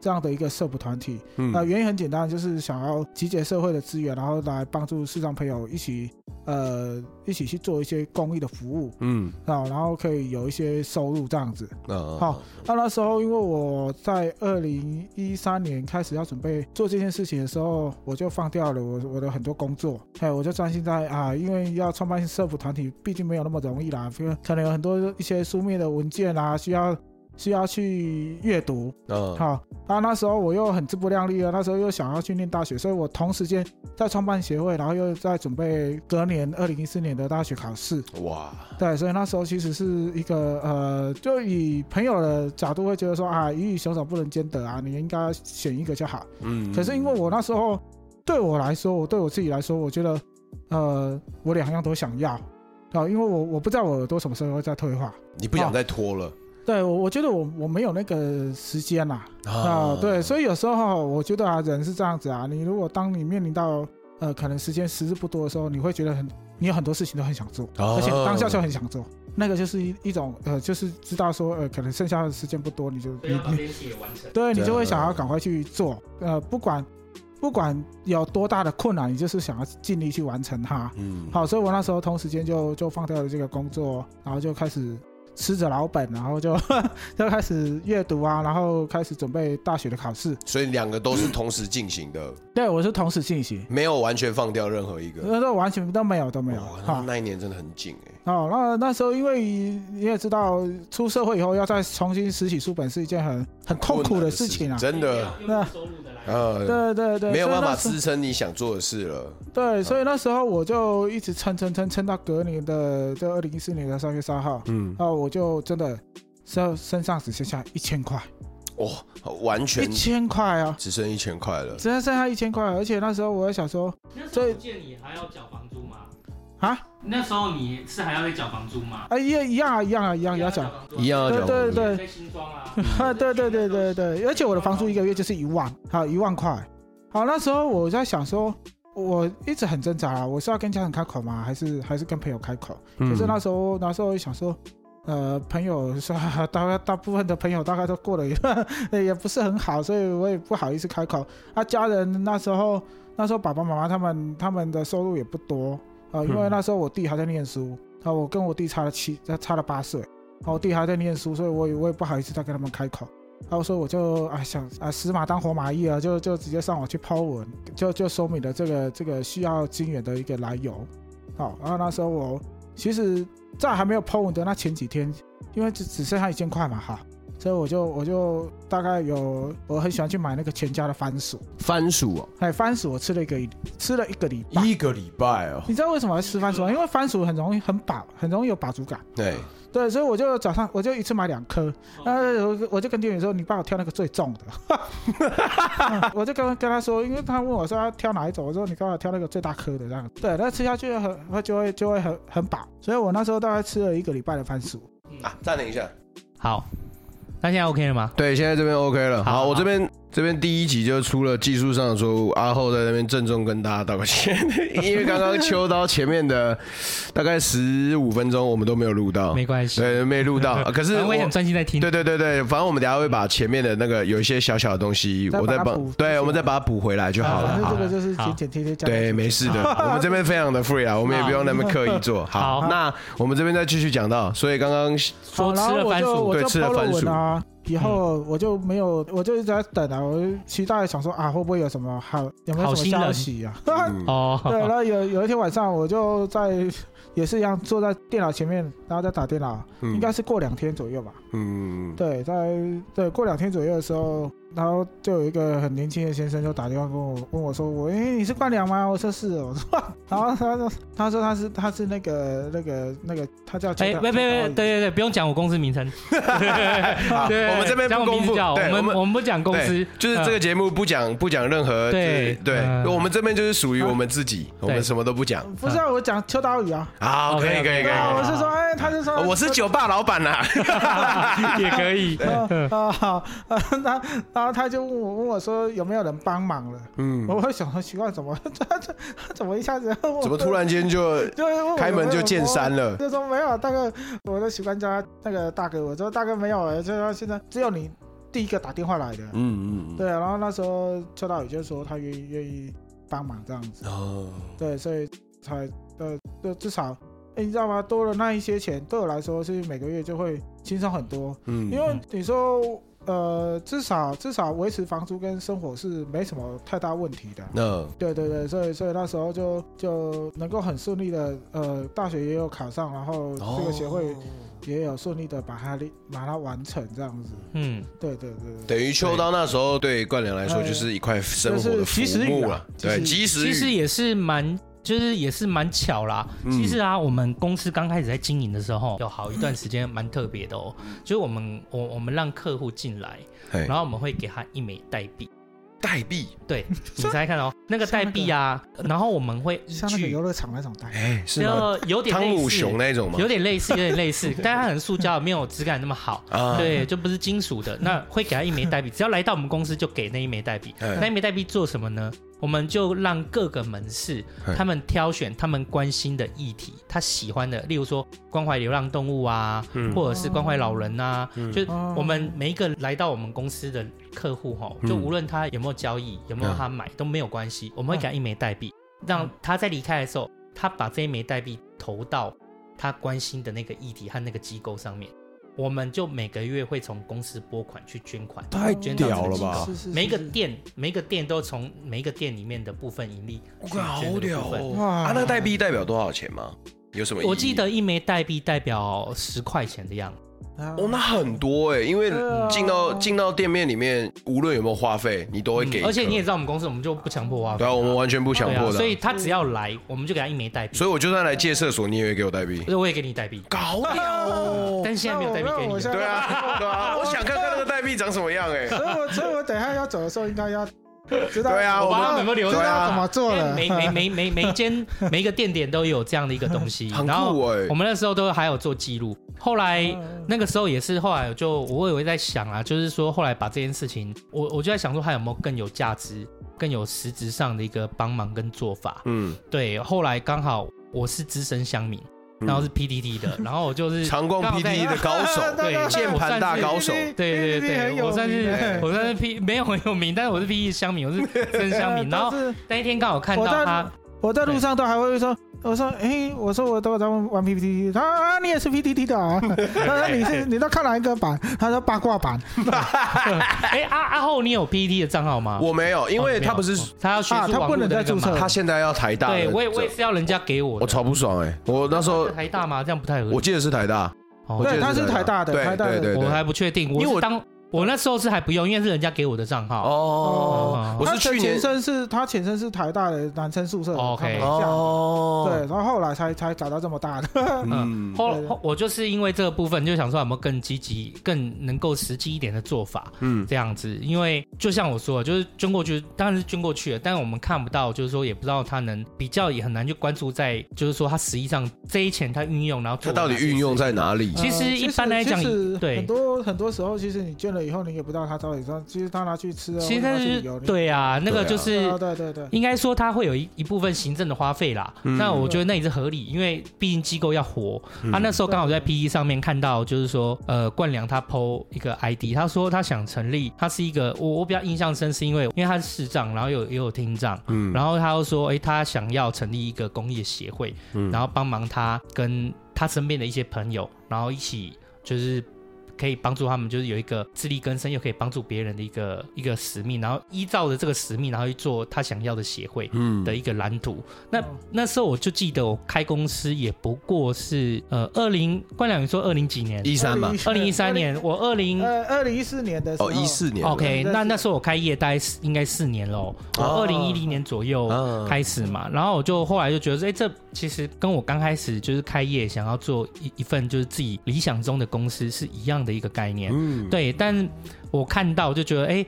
[SPEAKER 3] 这样的一个社服团体，那、
[SPEAKER 1] 嗯
[SPEAKER 3] 原因很简单，就是想要集结社会的资源，然后来帮助视障朋友一起呃一起去做一些公益的服务
[SPEAKER 1] 嗯，
[SPEAKER 3] 啊，然后可以有一些收入这样子。
[SPEAKER 1] 嗯
[SPEAKER 3] 好，那那时候因为我在二零一三年开始要准备做这件事情的时候，我就放掉了我我的很多工作，哎，我就专心在啊，因为要创办社服团体，毕竟没有那么容易啦，因为可能有很多一些书面的文件啊，需要需要去阅读。
[SPEAKER 1] 嗯，
[SPEAKER 3] 好，那那时候我又很自不量力了，那时候又想要去念大学，所以我同时间在创办协会，然后又在准备隔年二零一四年的大学考试。
[SPEAKER 1] 哇，
[SPEAKER 3] 对，所以那时候其实是一个呃，就以朋友的角度会觉得说啊，鱼与熊掌不能兼得啊，你应该选一个就好。
[SPEAKER 1] 嗯，
[SPEAKER 3] 可是因为我那时候对我来说，我对我自己来说，我觉得呃，我两样都想要啊，因为我我不知道我耳朵什么时候会再退化。
[SPEAKER 1] 你不想再拖了
[SPEAKER 3] 对我，我觉得我我没有那个时间啦啊、对，所以有时候我觉得啊，人是这样子啊，你如果当你面临到呃，可能时间时日不多的时候，你会觉得很，你有很多事情都很想做。
[SPEAKER 1] 而
[SPEAKER 3] 而且当
[SPEAKER 1] 哦
[SPEAKER 3] 下就很想做，那个就是一一种呃，就是知道说呃，可能剩下的时间不多，你就
[SPEAKER 2] 对，
[SPEAKER 3] 你
[SPEAKER 2] 要把
[SPEAKER 3] 你
[SPEAKER 2] 这些完成。
[SPEAKER 3] 对你
[SPEAKER 1] 对
[SPEAKER 3] 就会想
[SPEAKER 1] 嗯
[SPEAKER 3] 要赶快去做，呃，不管不管有多大的困难，你就是想要尽力去完成它。
[SPEAKER 1] 嗯，
[SPEAKER 3] 好，所以我那时候同时间就就放掉了这个工作，然后就开始吃着老本，然后就 *laughs* 就开始阅读啊，然后开始准备大学的考试。
[SPEAKER 1] 所以两个都是同时进行的，
[SPEAKER 3] 对我是同时进行，
[SPEAKER 1] 没有完全放掉任何一个。
[SPEAKER 3] 那时候完全都没有都没有
[SPEAKER 1] 哇，
[SPEAKER 3] 哈
[SPEAKER 1] 那。那一年真的很紧哎。
[SPEAKER 3] 哦，那那时候因为你也知道，出社会以后要再重新拾起书本是一件很很痛苦的事情啊。
[SPEAKER 1] 真的，
[SPEAKER 2] 那收入的来源
[SPEAKER 1] 呃，
[SPEAKER 3] 对对对，
[SPEAKER 1] 没有
[SPEAKER 3] 所以
[SPEAKER 1] 办
[SPEAKER 3] 那
[SPEAKER 1] 法嗯
[SPEAKER 3] 时候
[SPEAKER 1] 支撑你想做的事了。
[SPEAKER 3] 对，所以那时候我就一直撑撑撑撑到隔年的这二零一四年的三月三号，
[SPEAKER 1] 嗯，
[SPEAKER 3] 哦，我就真的身身上只剩下一千块，
[SPEAKER 1] 哇，完
[SPEAKER 3] 一
[SPEAKER 1] 全
[SPEAKER 3] 千块啊，
[SPEAKER 1] 只剩一千块了。
[SPEAKER 3] 只剩下一千块，而且那时候我在想说
[SPEAKER 2] 那时候不见你还要缴房租吗？
[SPEAKER 3] 啊，
[SPEAKER 2] 那时候你是还要再缴房租吗？
[SPEAKER 3] 啊一一样啊一样啊一样也要缴，
[SPEAKER 2] 房租啊
[SPEAKER 1] 一样要缴
[SPEAKER 3] 对对
[SPEAKER 1] 房
[SPEAKER 3] 对，
[SPEAKER 2] 在新庄啊
[SPEAKER 3] 啊， *laughs* 对对对对对，而且我的房租一个月就是一万，好一万块。好，那时候我在想说，我一直很挣扎啊，我是要跟家人开口吗？还是还是跟朋友开口？
[SPEAKER 1] 嗯
[SPEAKER 3] 可是那时候那时候想说，呃，朋友说 *laughs* 大概大部分的朋友大概都过了一个， *laughs* 也不是很好，所以我也不好意思开口。啊，家人那时候那时候爸爸妈妈他们他们的收入也不多啊、因为
[SPEAKER 1] 嗯
[SPEAKER 3] 那时候我弟还在念书啊，我跟我弟差了七差了八岁，啊，我弟还在念书，所以我也我也不好意思再跟他们开口。然后所以我就啊想啊死马当活马医啊，就就直接上网去抛文，就就说明了这个这个需要金源的一个来由。好，然后那时候我其实，在还没有抛文的那前几天，因为只只剩下一千块嘛哈，所以我就我就大概有我很喜欢去买那个全家的番薯，
[SPEAKER 1] 番薯哦，
[SPEAKER 3] 哎，番薯我吃了一个吃了一个礼拜。
[SPEAKER 1] 一个嗯礼拜哦，
[SPEAKER 3] 你知道为什么我要吃番薯吗？因为番薯很容易很饱，很容易有饱足感。
[SPEAKER 1] 对，
[SPEAKER 3] 对，所以我就早上我就一次买两颗，
[SPEAKER 2] 哦
[SPEAKER 1] 嗯
[SPEAKER 3] 呃，我我就跟店员说，你帮我挑那个最重的。嗯 *laughs* 我就跟跟他说，因为他问我说要挑哪一种，我说你帮我挑那个最大颗的这样。对，那吃下去很会就会就会很很饱，所以我那时候大概吃了一个礼拜的番薯。
[SPEAKER 2] 嗯
[SPEAKER 1] 啊，暂停一下。
[SPEAKER 2] 好，那现在 OK 了吗？
[SPEAKER 1] 对，现在这边 OK 了。
[SPEAKER 2] 好
[SPEAKER 1] 好，我这边这边第一集就出了技术上的错误，阿后在那边郑重跟大家道个歉， *laughs* 因为刚刚秋刀前面的大概十五分钟我们都没有录到，
[SPEAKER 2] 没关系，
[SPEAKER 1] 对，没录到。啊可是
[SPEAKER 2] 反正我也
[SPEAKER 1] 我
[SPEAKER 2] 很专心在听。
[SPEAKER 1] 对对对对，反正我们等一下会把前面的那个有一些小小的东西，
[SPEAKER 3] 再
[SPEAKER 1] 我再
[SPEAKER 3] 把它
[SPEAKER 1] 帮
[SPEAKER 3] 补，
[SPEAKER 1] 对，我们再把它补回来就好
[SPEAKER 2] 啊
[SPEAKER 1] 了。
[SPEAKER 3] 反正
[SPEAKER 1] 好
[SPEAKER 3] 这个就是
[SPEAKER 2] 好
[SPEAKER 3] 剪剪贴贴加。
[SPEAKER 1] 对，没事的，我们这边非常的 free 啊，我们也不用那么刻意做。好，
[SPEAKER 2] 好
[SPEAKER 1] 那我们这边再继续讲到，所以刚刚
[SPEAKER 2] 说吃了番
[SPEAKER 3] 然后
[SPEAKER 2] 薯，
[SPEAKER 3] 我就
[SPEAKER 1] 对
[SPEAKER 3] 我
[SPEAKER 1] 吃
[SPEAKER 3] 就
[SPEAKER 1] 了
[SPEAKER 3] 抛
[SPEAKER 1] 番
[SPEAKER 3] 了
[SPEAKER 1] 薯嗯
[SPEAKER 3] 文啊，以后我就没有，我就一直在等啊，我就期待想说啊，会不会有什么好有没有
[SPEAKER 2] 好
[SPEAKER 3] 什么
[SPEAKER 2] 心人
[SPEAKER 3] 消息啊？
[SPEAKER 1] 嗯
[SPEAKER 3] *laughs* 对，然
[SPEAKER 2] 哦，
[SPEAKER 3] 后有有一天晚上，我就在也是一样坐在电脑前面，然后在打电脑，
[SPEAKER 1] 嗯
[SPEAKER 3] 应该是过两天左右吧。
[SPEAKER 1] 嗯，
[SPEAKER 3] *laughs* 对，在对过两天左右的时候，然后就有一个很年轻的先生就打电话跟我问我说：“我诶、你是冠良吗？”我说：“是。”我说：“ *laughs* 然后他说他说他是他是那个那个那个他叫
[SPEAKER 2] 哎，别别别，对对对，不用讲我公司名
[SPEAKER 3] *laughs*
[SPEAKER 2] 称，
[SPEAKER 1] *laughs* 好，
[SPEAKER 2] 对，
[SPEAKER 1] 我们这边
[SPEAKER 2] 讲
[SPEAKER 1] 不
[SPEAKER 2] 我
[SPEAKER 1] 公
[SPEAKER 2] 名字
[SPEAKER 1] 布，
[SPEAKER 2] 就好
[SPEAKER 1] 对，
[SPEAKER 2] 我
[SPEAKER 1] 我
[SPEAKER 2] 们
[SPEAKER 1] 们
[SPEAKER 2] 我们不讲公司，
[SPEAKER 1] 就是这个节目不讲不讲任何，
[SPEAKER 2] 对
[SPEAKER 1] 就是对，
[SPEAKER 2] 嗯
[SPEAKER 1] 我们这边就是属于我们自己，我们什么都不讲。
[SPEAKER 3] 不是、啊、我讲秋刀鱼啊，
[SPEAKER 1] 好，可以
[SPEAKER 2] OK，OK，
[SPEAKER 1] 可以可
[SPEAKER 3] 对
[SPEAKER 1] 以
[SPEAKER 3] 啊，
[SPEAKER 1] 可
[SPEAKER 3] 我
[SPEAKER 1] 以，
[SPEAKER 3] 是说，哎、他是说
[SPEAKER 1] 我是酒吧老板啊啦，
[SPEAKER 2] *laughs* 也可以，
[SPEAKER 1] 哎
[SPEAKER 3] 啊啊好啊，他然后他就问我问我说有没有人帮忙了，
[SPEAKER 1] 嗯，
[SPEAKER 3] 我会想说奇怪，怎么 *laughs* 他这他怎么一下子要问我
[SPEAKER 1] 怎么突然间就
[SPEAKER 3] *laughs* 就是问我
[SPEAKER 1] 开门
[SPEAKER 3] 有没
[SPEAKER 1] 就
[SPEAKER 3] 有
[SPEAKER 1] 见
[SPEAKER 3] 帮忙
[SPEAKER 1] 山了？
[SPEAKER 3] 就说没有，大哥，我都习惯叫他那个大哥。我说大哥没有，哎就说现在只有你第一个打电话来的。
[SPEAKER 1] 嗯嗯嗯，
[SPEAKER 3] 对，啊然后那时候邱道宇就说他愿意愿意帮忙这样子，
[SPEAKER 1] 哦，
[SPEAKER 3] 对，所以才呃，就至少、哎你知道吗？多了那一些钱，对我来说是每个月就会轻松很多，
[SPEAKER 1] 嗯，
[SPEAKER 3] 因为你说呃，至少至少维持房租跟生活是没什么太大问题的。
[SPEAKER 1] 那
[SPEAKER 3] 对对对，所以所以那时候就就能够很顺利的，呃，大学也有考上，然后这个协会也有顺利的把它把它完成这样子。
[SPEAKER 2] 嗯，
[SPEAKER 3] 对对对对，
[SPEAKER 1] 等于秋刀那时候对冠良来说哎就是一块生活的浮木了，对，及时
[SPEAKER 2] 其实
[SPEAKER 1] 雨，
[SPEAKER 2] 也是蛮。就是也是蛮巧啦，
[SPEAKER 1] 嗯
[SPEAKER 2] 其实啊，我们公司刚开始在经营的时候，有好一段时间蛮特别的哦。就是我们我我们让客户进来，
[SPEAKER 1] 嘿
[SPEAKER 2] 然后我们会给他一枚代币，
[SPEAKER 1] 哎代币，
[SPEAKER 2] 对
[SPEAKER 1] *laughs*
[SPEAKER 2] 你猜看哦，那个代币啊，然后我们会依
[SPEAKER 3] 像那个
[SPEAKER 2] 据
[SPEAKER 3] 游乐场那种贷，
[SPEAKER 1] 哎，是吗？
[SPEAKER 2] 呃有点
[SPEAKER 1] 汤
[SPEAKER 2] 类
[SPEAKER 1] 姆
[SPEAKER 2] 似
[SPEAKER 1] 熊那种吗
[SPEAKER 2] 有？点类似，有点类似，
[SPEAKER 1] *laughs*
[SPEAKER 2] 但它可能塑胶没有质感那么好，
[SPEAKER 1] 啊，
[SPEAKER 2] 对，就不是金属的。那会给他一枚代币，只要来到我们公司就给那一枚代币。
[SPEAKER 1] 嗯
[SPEAKER 2] 那一枚代币做什么呢？我们就让各个门市
[SPEAKER 1] 嗯
[SPEAKER 2] 他们挑选他们关心的议题，他喜欢的，例如说关怀流浪动物啊，
[SPEAKER 1] 嗯
[SPEAKER 2] 或者是关怀老人啊，
[SPEAKER 1] 嗯
[SPEAKER 2] 就是
[SPEAKER 3] 哦
[SPEAKER 2] 我们每一个来到我们公司的客户吼，
[SPEAKER 1] 嗯
[SPEAKER 2] 就无论他有没有交易，有没有他买都没有关系，我们会给他一枚代币，
[SPEAKER 1] 嗯
[SPEAKER 2] 让他在离开的时候，他把这一枚代币投到他关心的那个议题和那个机构上面。我们就每个月会从公司拨款去捐款，
[SPEAKER 1] 太
[SPEAKER 2] 捐到
[SPEAKER 1] 屌
[SPEAKER 2] 这
[SPEAKER 1] 了
[SPEAKER 2] 个机构
[SPEAKER 1] 吧！
[SPEAKER 3] 是是是
[SPEAKER 2] 每一个
[SPEAKER 3] 是
[SPEAKER 2] 店，每一个店都从每一个店里面的部分盈利
[SPEAKER 1] 我
[SPEAKER 2] 去
[SPEAKER 1] 靠，好
[SPEAKER 2] 捐这个
[SPEAKER 1] 屌
[SPEAKER 2] 部分。
[SPEAKER 1] 哦！
[SPEAKER 3] 哇
[SPEAKER 1] 啊，那代币代表多少钱吗？有什么意义？
[SPEAKER 2] 我记得一枚代币代表十块钱的样子。
[SPEAKER 3] 啊
[SPEAKER 1] 哦，那很多哎，因为进到进到店面里面，无论有没有花费，你都会给一
[SPEAKER 2] 嗯
[SPEAKER 1] 个。
[SPEAKER 2] 而且你也知道，我们公司我们就不强迫啊。
[SPEAKER 1] 对啊，我们完全不强
[SPEAKER 2] 对啊
[SPEAKER 1] 迫的
[SPEAKER 2] 所，以他只要来，我们就给他一枚代币。
[SPEAKER 1] 所以我就算来借厕所，你也会给我代币。
[SPEAKER 2] 所以我也给你代币，
[SPEAKER 1] 搞屌
[SPEAKER 3] 哦
[SPEAKER 2] 但是现在没有代币给
[SPEAKER 3] 那我
[SPEAKER 2] 你
[SPEAKER 3] 那
[SPEAKER 2] 了。
[SPEAKER 3] 我
[SPEAKER 1] 对啊，对啊，我想看看那个代币长什么样哎、
[SPEAKER 3] 所以我所以我等一下要走的时候应该要知道
[SPEAKER 1] 对啊
[SPEAKER 2] 我帮他们有没有留哎
[SPEAKER 3] 知
[SPEAKER 2] 着
[SPEAKER 3] 道
[SPEAKER 1] 啊
[SPEAKER 3] 怎么
[SPEAKER 2] 因
[SPEAKER 3] 做
[SPEAKER 2] 为
[SPEAKER 3] 了，
[SPEAKER 2] 每每每每每一间每一个店点都有这样的一个东西，
[SPEAKER 1] *laughs* 很
[SPEAKER 2] 然后
[SPEAKER 1] 酷哎、
[SPEAKER 2] 我们那时候都还有做记录。后来
[SPEAKER 3] 嗯
[SPEAKER 2] 那个时候也是，后来我就我也会在想啊，就是说后来把这件事情，我我就在想说，还有没有更有价值、更有实质上的一个帮忙跟做法？
[SPEAKER 1] 嗯，
[SPEAKER 2] 对，后来刚好我是资深乡民，
[SPEAKER 1] 嗯
[SPEAKER 2] 然后是
[SPEAKER 1] *laughs*
[SPEAKER 2] PDD 的，然后我就是
[SPEAKER 1] 长逛
[SPEAKER 2] 刚好在
[SPEAKER 1] PDD E
[SPEAKER 2] *laughs*
[SPEAKER 1] 的高手，
[SPEAKER 2] 对
[SPEAKER 1] 键盘大高手
[SPEAKER 2] 对对对，我算
[SPEAKER 3] 欸
[SPEAKER 2] 是我算是 P 没有很有名，但是我是 P
[SPEAKER 3] *laughs*
[SPEAKER 2] E 乡民，我是真乡民。然后
[SPEAKER 3] 后
[SPEAKER 2] 那一天刚好看
[SPEAKER 3] 我
[SPEAKER 2] 到
[SPEAKER 3] 在
[SPEAKER 2] 他，
[SPEAKER 3] 我在路上都还会说，我说，哎、我说我都在玩玩 PPT，他说啊，你也是 PPT
[SPEAKER 2] *laughs*
[SPEAKER 3] 的啊？他说你是你都看哪一个版？他说八卦版，
[SPEAKER 2] 哎阿阿后，你有 P E D 的账号吗？哦
[SPEAKER 1] 我没有，因为他不是，
[SPEAKER 2] 他要学
[SPEAKER 3] 啊
[SPEAKER 2] 术
[SPEAKER 3] 他
[SPEAKER 2] 网
[SPEAKER 3] 不
[SPEAKER 2] 络
[SPEAKER 3] 能
[SPEAKER 2] 的
[SPEAKER 3] 再
[SPEAKER 2] 那个
[SPEAKER 3] 注册
[SPEAKER 2] 嘛
[SPEAKER 3] 了
[SPEAKER 1] 他现在要台大的，
[SPEAKER 2] 对我也我也是要人家给我
[SPEAKER 1] 我
[SPEAKER 2] 的，
[SPEAKER 1] 超不爽哎、我那时候
[SPEAKER 2] 是台大嘛，这样不太合
[SPEAKER 1] 我
[SPEAKER 2] 理。
[SPEAKER 1] 记得是台大，
[SPEAKER 2] 哦
[SPEAKER 1] 我记得
[SPEAKER 3] 对他是台大的
[SPEAKER 1] 对
[SPEAKER 3] 台大
[SPEAKER 1] 对
[SPEAKER 3] 的
[SPEAKER 1] 对
[SPEAKER 2] 我
[SPEAKER 1] 对，
[SPEAKER 2] 还不确定，
[SPEAKER 1] 因为
[SPEAKER 2] 我
[SPEAKER 1] 我
[SPEAKER 2] 是当我那时候是还不用，因为是人家给我的账号。
[SPEAKER 1] 哦
[SPEAKER 2] 哦，
[SPEAKER 1] 我
[SPEAKER 3] 他
[SPEAKER 1] 是去
[SPEAKER 3] 前
[SPEAKER 1] 年
[SPEAKER 3] 身是他前身是台大的男生宿舍的
[SPEAKER 2] 哦
[SPEAKER 1] 哎
[SPEAKER 2] OK
[SPEAKER 3] 他们这样哦对，
[SPEAKER 1] 哦，
[SPEAKER 3] 然后后来才才找到这么大的，
[SPEAKER 1] 嗯，
[SPEAKER 2] 后
[SPEAKER 3] 对
[SPEAKER 2] 后我就是因为这个部分，就想说有没有更积极、更能够实际一点的做法，
[SPEAKER 1] 嗯
[SPEAKER 2] 这样子。因为就像我说的，就是捐过去，当然是捐过去了，但我们看不到，就是说也不知道他能比较，也很难去关注在，就是说他实际上这一钱他运用，然后
[SPEAKER 1] 他
[SPEAKER 2] 做
[SPEAKER 1] 到底
[SPEAKER 2] 哪些
[SPEAKER 1] 运用在哪里？
[SPEAKER 2] *laughs* 其实
[SPEAKER 3] 呃
[SPEAKER 2] 一般来讲
[SPEAKER 3] 其实
[SPEAKER 2] 对
[SPEAKER 3] 很多很多时候，其实你捐了以后，你也不知道它到底是，其实它拿去吃了，
[SPEAKER 2] 其实
[SPEAKER 3] 或
[SPEAKER 2] 它
[SPEAKER 3] 者拿去
[SPEAKER 2] 是
[SPEAKER 3] 旅游，你
[SPEAKER 2] 对啊，那个就
[SPEAKER 3] 对
[SPEAKER 2] 是
[SPEAKER 3] 啊对对对，
[SPEAKER 2] 应该说它会有一一部分行政的花费啦。
[SPEAKER 1] 嗯
[SPEAKER 2] 那我觉得那也是合理，因为毕竟机构要活。他那时候刚好在 PE 上面看到，就是说，呃，冠良他 PO 一个 ID，他说他想成立，他是一个我我比较印象深是因为因为他是视障，然后有也有听障。
[SPEAKER 1] 嗯
[SPEAKER 2] 然后他又说，诶，他想要成立一个工业协会，
[SPEAKER 1] 嗯
[SPEAKER 2] 然后帮忙他跟他身边的一些朋友，然后一起就是可以帮助他们，就是有一个自力更生又可以帮助别人的一个一个使命，然后依照着这个使命，然后去做他想要的协会
[SPEAKER 1] 嗯
[SPEAKER 2] 的一个蓝图。那
[SPEAKER 3] 嗯
[SPEAKER 2] 那时候我就记得我开公司也不过是呃二零冠良，你说二零几年？
[SPEAKER 1] 一三嘛，
[SPEAKER 2] 二零一三年，我二零
[SPEAKER 3] 呃，二零一四年的时候，
[SPEAKER 1] 哦，一四年
[SPEAKER 2] OK，
[SPEAKER 3] 对
[SPEAKER 2] 那
[SPEAKER 3] 是
[SPEAKER 2] 那时候我开业大概是应该四年喽，我
[SPEAKER 1] 哦
[SPEAKER 2] 二零一零年左右
[SPEAKER 1] 嗯
[SPEAKER 2] 哦开始嘛，然后我就后来就觉得说，哎、这其实跟我刚开始就是开业想要做一一份就是自己理想中的公司是一样的一个概念，
[SPEAKER 1] 嗯，
[SPEAKER 2] 对。但我看到就觉得，哎、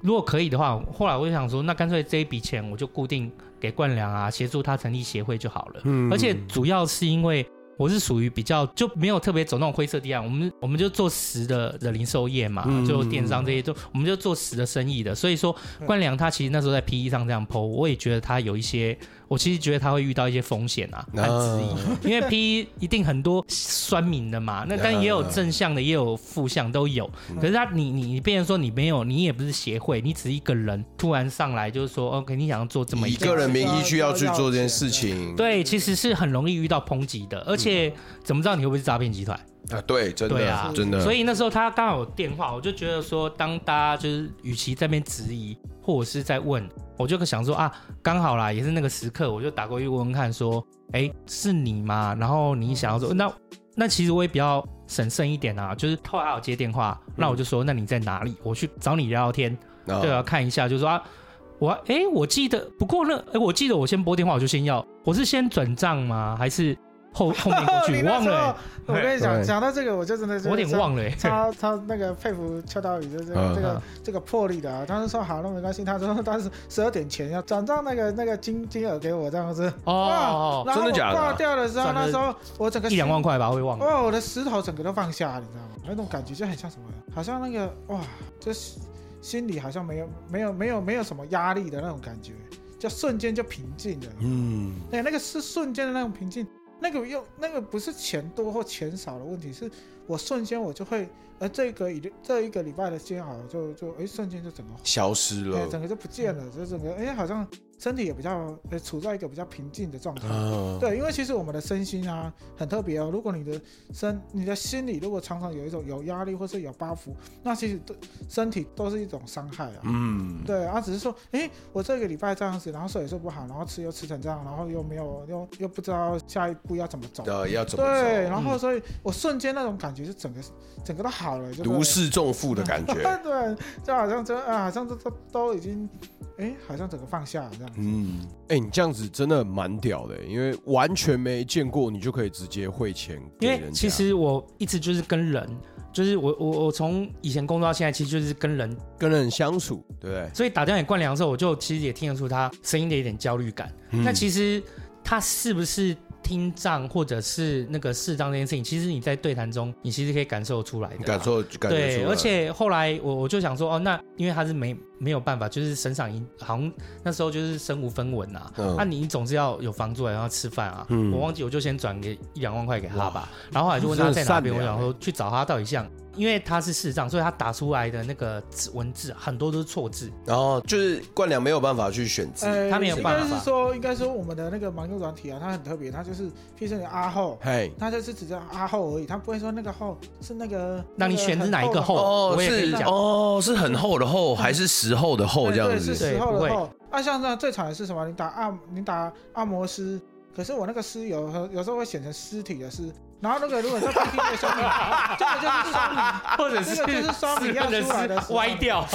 [SPEAKER 2] 如果可以的话，后来我就想说，那干脆这一笔钱我就固定给冠良啊，协助他成立协会就好了。
[SPEAKER 1] 嗯
[SPEAKER 2] 而且主要是因为我是属于比较就没有特别走那种灰色地带，我们我们就做实的的零售业嘛，
[SPEAKER 1] 嗯
[SPEAKER 2] 就电商这些，就我们就做实的生意的。所以说，
[SPEAKER 3] 嗯
[SPEAKER 2] 关良他其实那时候在 PE 上这样剖，我也觉得他有一些，我其实觉得他会遇到一些风险啊，和质疑。
[SPEAKER 1] 啊
[SPEAKER 2] 因为 PE 一定很多酸民的嘛，那但也有正向的，也有负向都有。
[SPEAKER 1] 嗯
[SPEAKER 2] 可是他你你你变成说你没有，你也不是协会，你只是一个人突然上来就是说，OK，你想要做这么
[SPEAKER 1] 以
[SPEAKER 2] 一件
[SPEAKER 1] 个
[SPEAKER 2] 事
[SPEAKER 1] 人名义去要去做这件事情，
[SPEAKER 2] 对，其实是很容易遇到抨击的，而且怎么知道你会不会是诈骗集团？
[SPEAKER 1] 啊，对，真
[SPEAKER 2] 对
[SPEAKER 1] 的
[SPEAKER 2] 啊，
[SPEAKER 1] 真的，
[SPEAKER 2] 所以那时候他刚好有电话，我就觉得说，当大家就是与其在那边质疑或者是在问，我就想说啊，刚好啦，也是那个时刻，我就打过去问问看，说，哎，是你吗？然后你想要说，那那其实我也比较审慎一点啊，就是后来还有接电话，那我就说，那你在哪里？我去找你聊聊天，
[SPEAKER 1] 啊
[SPEAKER 2] 对
[SPEAKER 3] 哦
[SPEAKER 2] 啊，看一下，就说啊，我哎、我记得，不过那哎、我记得我先拨电话，我就先要，我是先转账吗？还是
[SPEAKER 3] *laughs*
[SPEAKER 2] 后后面过去？
[SPEAKER 3] 你
[SPEAKER 2] 我
[SPEAKER 3] 那
[SPEAKER 2] 忘
[SPEAKER 3] 时候
[SPEAKER 2] 了、
[SPEAKER 3] 我跟你讲，
[SPEAKER 1] *laughs* 对
[SPEAKER 3] 讲到这个，我就真的是
[SPEAKER 2] 欸，我有点忘了、欸。
[SPEAKER 3] *laughs* 超超那个佩服邱道宇的这
[SPEAKER 1] 嗯
[SPEAKER 3] 个这个这个魄力的啊！他是说好，那没关系。他说 *laughs* 当时十二点前要转账那个那个金金额给我这样子。
[SPEAKER 2] 哦，
[SPEAKER 3] 然后
[SPEAKER 1] 真的
[SPEAKER 3] 我
[SPEAKER 1] 假的
[SPEAKER 3] 挂掉的时候，
[SPEAKER 2] 转了
[SPEAKER 3] 那时候我整个
[SPEAKER 2] 一两万块吧，我也忘了。
[SPEAKER 3] 哇，我的石头整个都放下了，你知道吗？那种感觉就很像什么，好像那个哇，就是心里好像没有没有没有没有什么压力的那种感觉，就瞬间就平静了。
[SPEAKER 1] 嗯，
[SPEAKER 3] 对，那个是瞬间的那种平静，那个又那个不是钱多或钱少的问题，是我瞬间我就会，呃，这个一这一个礼拜的煎熬就就哎瞬间就整个，
[SPEAKER 1] 消失
[SPEAKER 3] 哎、
[SPEAKER 1] 了，
[SPEAKER 3] 整个就不见了，就整个哎好像身体也比较呃处在一个比较平静的状态。
[SPEAKER 1] 啊，
[SPEAKER 3] 对，因为其实我们的身心啊很特别哦。如果你的身、你的心理如果常常有一种有压力或是有包袱，那其实对身体都是一种伤害啊。
[SPEAKER 1] 嗯，
[SPEAKER 3] 对啊，只是说，哎，我这个礼拜这样子，然后睡也睡不好，然后吃又吃成这样，然后又没有又又不知道下一步要怎么走。
[SPEAKER 1] 呃，要怎么
[SPEAKER 3] 对，
[SPEAKER 1] 走？
[SPEAKER 3] 然后所以我瞬间那种感觉就整个整个都好了，就对
[SPEAKER 1] 如释重负的感觉，
[SPEAKER 3] *laughs* 对，就好像真啊，好像这都都已经，哎，好像整个放下了这样。
[SPEAKER 1] 嗯，哎，你这样子真的蛮屌的，欸因为完全没见过，你就可以直接汇钱给
[SPEAKER 2] 因
[SPEAKER 1] 人家
[SPEAKER 2] 为其实我一直就是跟人，就是我我我从以前工作到现在，其实就是跟人，
[SPEAKER 1] 跟人相处，对不对？
[SPEAKER 2] 所以打电话给冠良的时候，我就其实也听得出他声音的一点焦虑感。
[SPEAKER 1] 嗯
[SPEAKER 2] 那其实他是不是听障或者是那个视障这件事情，其实你在对谈中，你其实可以感受出来的啦。
[SPEAKER 1] 感受感觉出
[SPEAKER 2] 对，
[SPEAKER 1] 来
[SPEAKER 2] 而且后来我我就想说，哦，那因为他是没没有办法，就是身上已经好像那时候就是身无分文啊，那、
[SPEAKER 1] 嗯
[SPEAKER 2] 你总是要有房租啊，然后吃饭啊，
[SPEAKER 1] 嗯
[SPEAKER 2] 我忘记我就先转给一两万块给他
[SPEAKER 1] 哇
[SPEAKER 2] 吧，然后后来就问他在哪
[SPEAKER 1] 真的
[SPEAKER 2] 边，
[SPEAKER 1] 善良欸
[SPEAKER 2] 我想说去找他到底像，因为他是视障，所以他打出来的那个字文字很多都是错字，
[SPEAKER 1] 然后就是冠良没有办法去选字，
[SPEAKER 3] 呃，
[SPEAKER 2] 他没有办法
[SPEAKER 3] 应该是说，应该说我们的那个盲用软体啊，它很特别，它就是譬如说你阿后，
[SPEAKER 1] 嘿，
[SPEAKER 3] 它就是只叫阿后而已，它不会说那个后是那个
[SPEAKER 2] 让你选是哪一个后
[SPEAKER 3] 后
[SPEAKER 1] 哦，
[SPEAKER 2] 我也可以
[SPEAKER 1] 是
[SPEAKER 2] 讲嗯
[SPEAKER 1] 哦，是很厚的厚，还是时厚的厚这样
[SPEAKER 3] 对，是
[SPEAKER 1] 子？
[SPEAKER 2] 对
[SPEAKER 3] 时候
[SPEAKER 2] 不会
[SPEAKER 3] 的后。啊，像这样最惨的是什么？你打按，你打按摩师，可是我那个师有有时候会写成尸体的尸，然后那个如果在 PPT 的上面，这个就是双名，
[SPEAKER 2] 或者
[SPEAKER 3] 这个就是双名要
[SPEAKER 2] *laughs* 是
[SPEAKER 3] 出来的时候
[SPEAKER 2] 歪掉，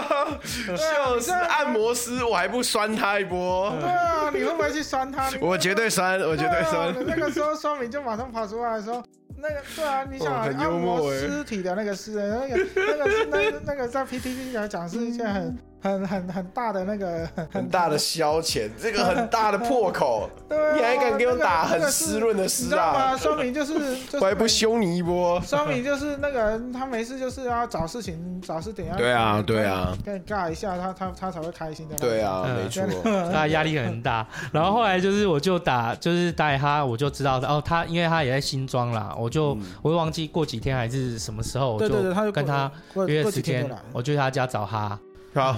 [SPEAKER 1] *laughs*
[SPEAKER 3] 对
[SPEAKER 1] 就是按摩师，我还不酸他一波，
[SPEAKER 2] 嗯
[SPEAKER 3] 对啊，你会不会去酸他？你
[SPEAKER 1] 我绝对酸，我绝对酸
[SPEAKER 3] 对啊。那个时候双明就马上跑出来说。那个对啊，你想
[SPEAKER 1] 哦
[SPEAKER 3] 啊
[SPEAKER 1] 很
[SPEAKER 3] 按
[SPEAKER 1] 幽默
[SPEAKER 3] 摩
[SPEAKER 4] 嗯
[SPEAKER 1] 欸
[SPEAKER 3] 尸体的那个是那个那个是那那个在 PTT 来讲是一件很很很很大的那个
[SPEAKER 2] 嗯
[SPEAKER 3] 很
[SPEAKER 4] 很大的消遣，这个很大的破口，
[SPEAKER 3] 对啊
[SPEAKER 4] 你还敢给我打
[SPEAKER 3] 那个
[SPEAKER 4] 很湿润的
[SPEAKER 3] 你
[SPEAKER 4] 诗
[SPEAKER 3] 知道吗？
[SPEAKER 4] 啊？
[SPEAKER 3] 说
[SPEAKER 4] *laughs*
[SPEAKER 3] 明就是就是
[SPEAKER 4] 我还不凶你一波？
[SPEAKER 3] 说明就是那个人，他没事就是要找事情找事点要
[SPEAKER 1] 对啊对啊，
[SPEAKER 3] 跟你尬一下，他他他才会开心的。
[SPEAKER 4] 对，啊，
[SPEAKER 2] 嗯
[SPEAKER 4] 没错，
[SPEAKER 2] 他压力很大。然后后来就是我就打就是带他，我就知道他哦，他因为他也在新庄啦，我就、
[SPEAKER 1] 嗯
[SPEAKER 2] 我会忘记过几天还是什么时候，我
[SPEAKER 3] 嗯对对对，他就
[SPEAKER 2] 跟他
[SPEAKER 3] 过
[SPEAKER 2] 约
[SPEAKER 3] 过
[SPEAKER 2] 时
[SPEAKER 3] 几天
[SPEAKER 2] 间
[SPEAKER 3] 就来，
[SPEAKER 2] 我去他家找他。
[SPEAKER 1] 好，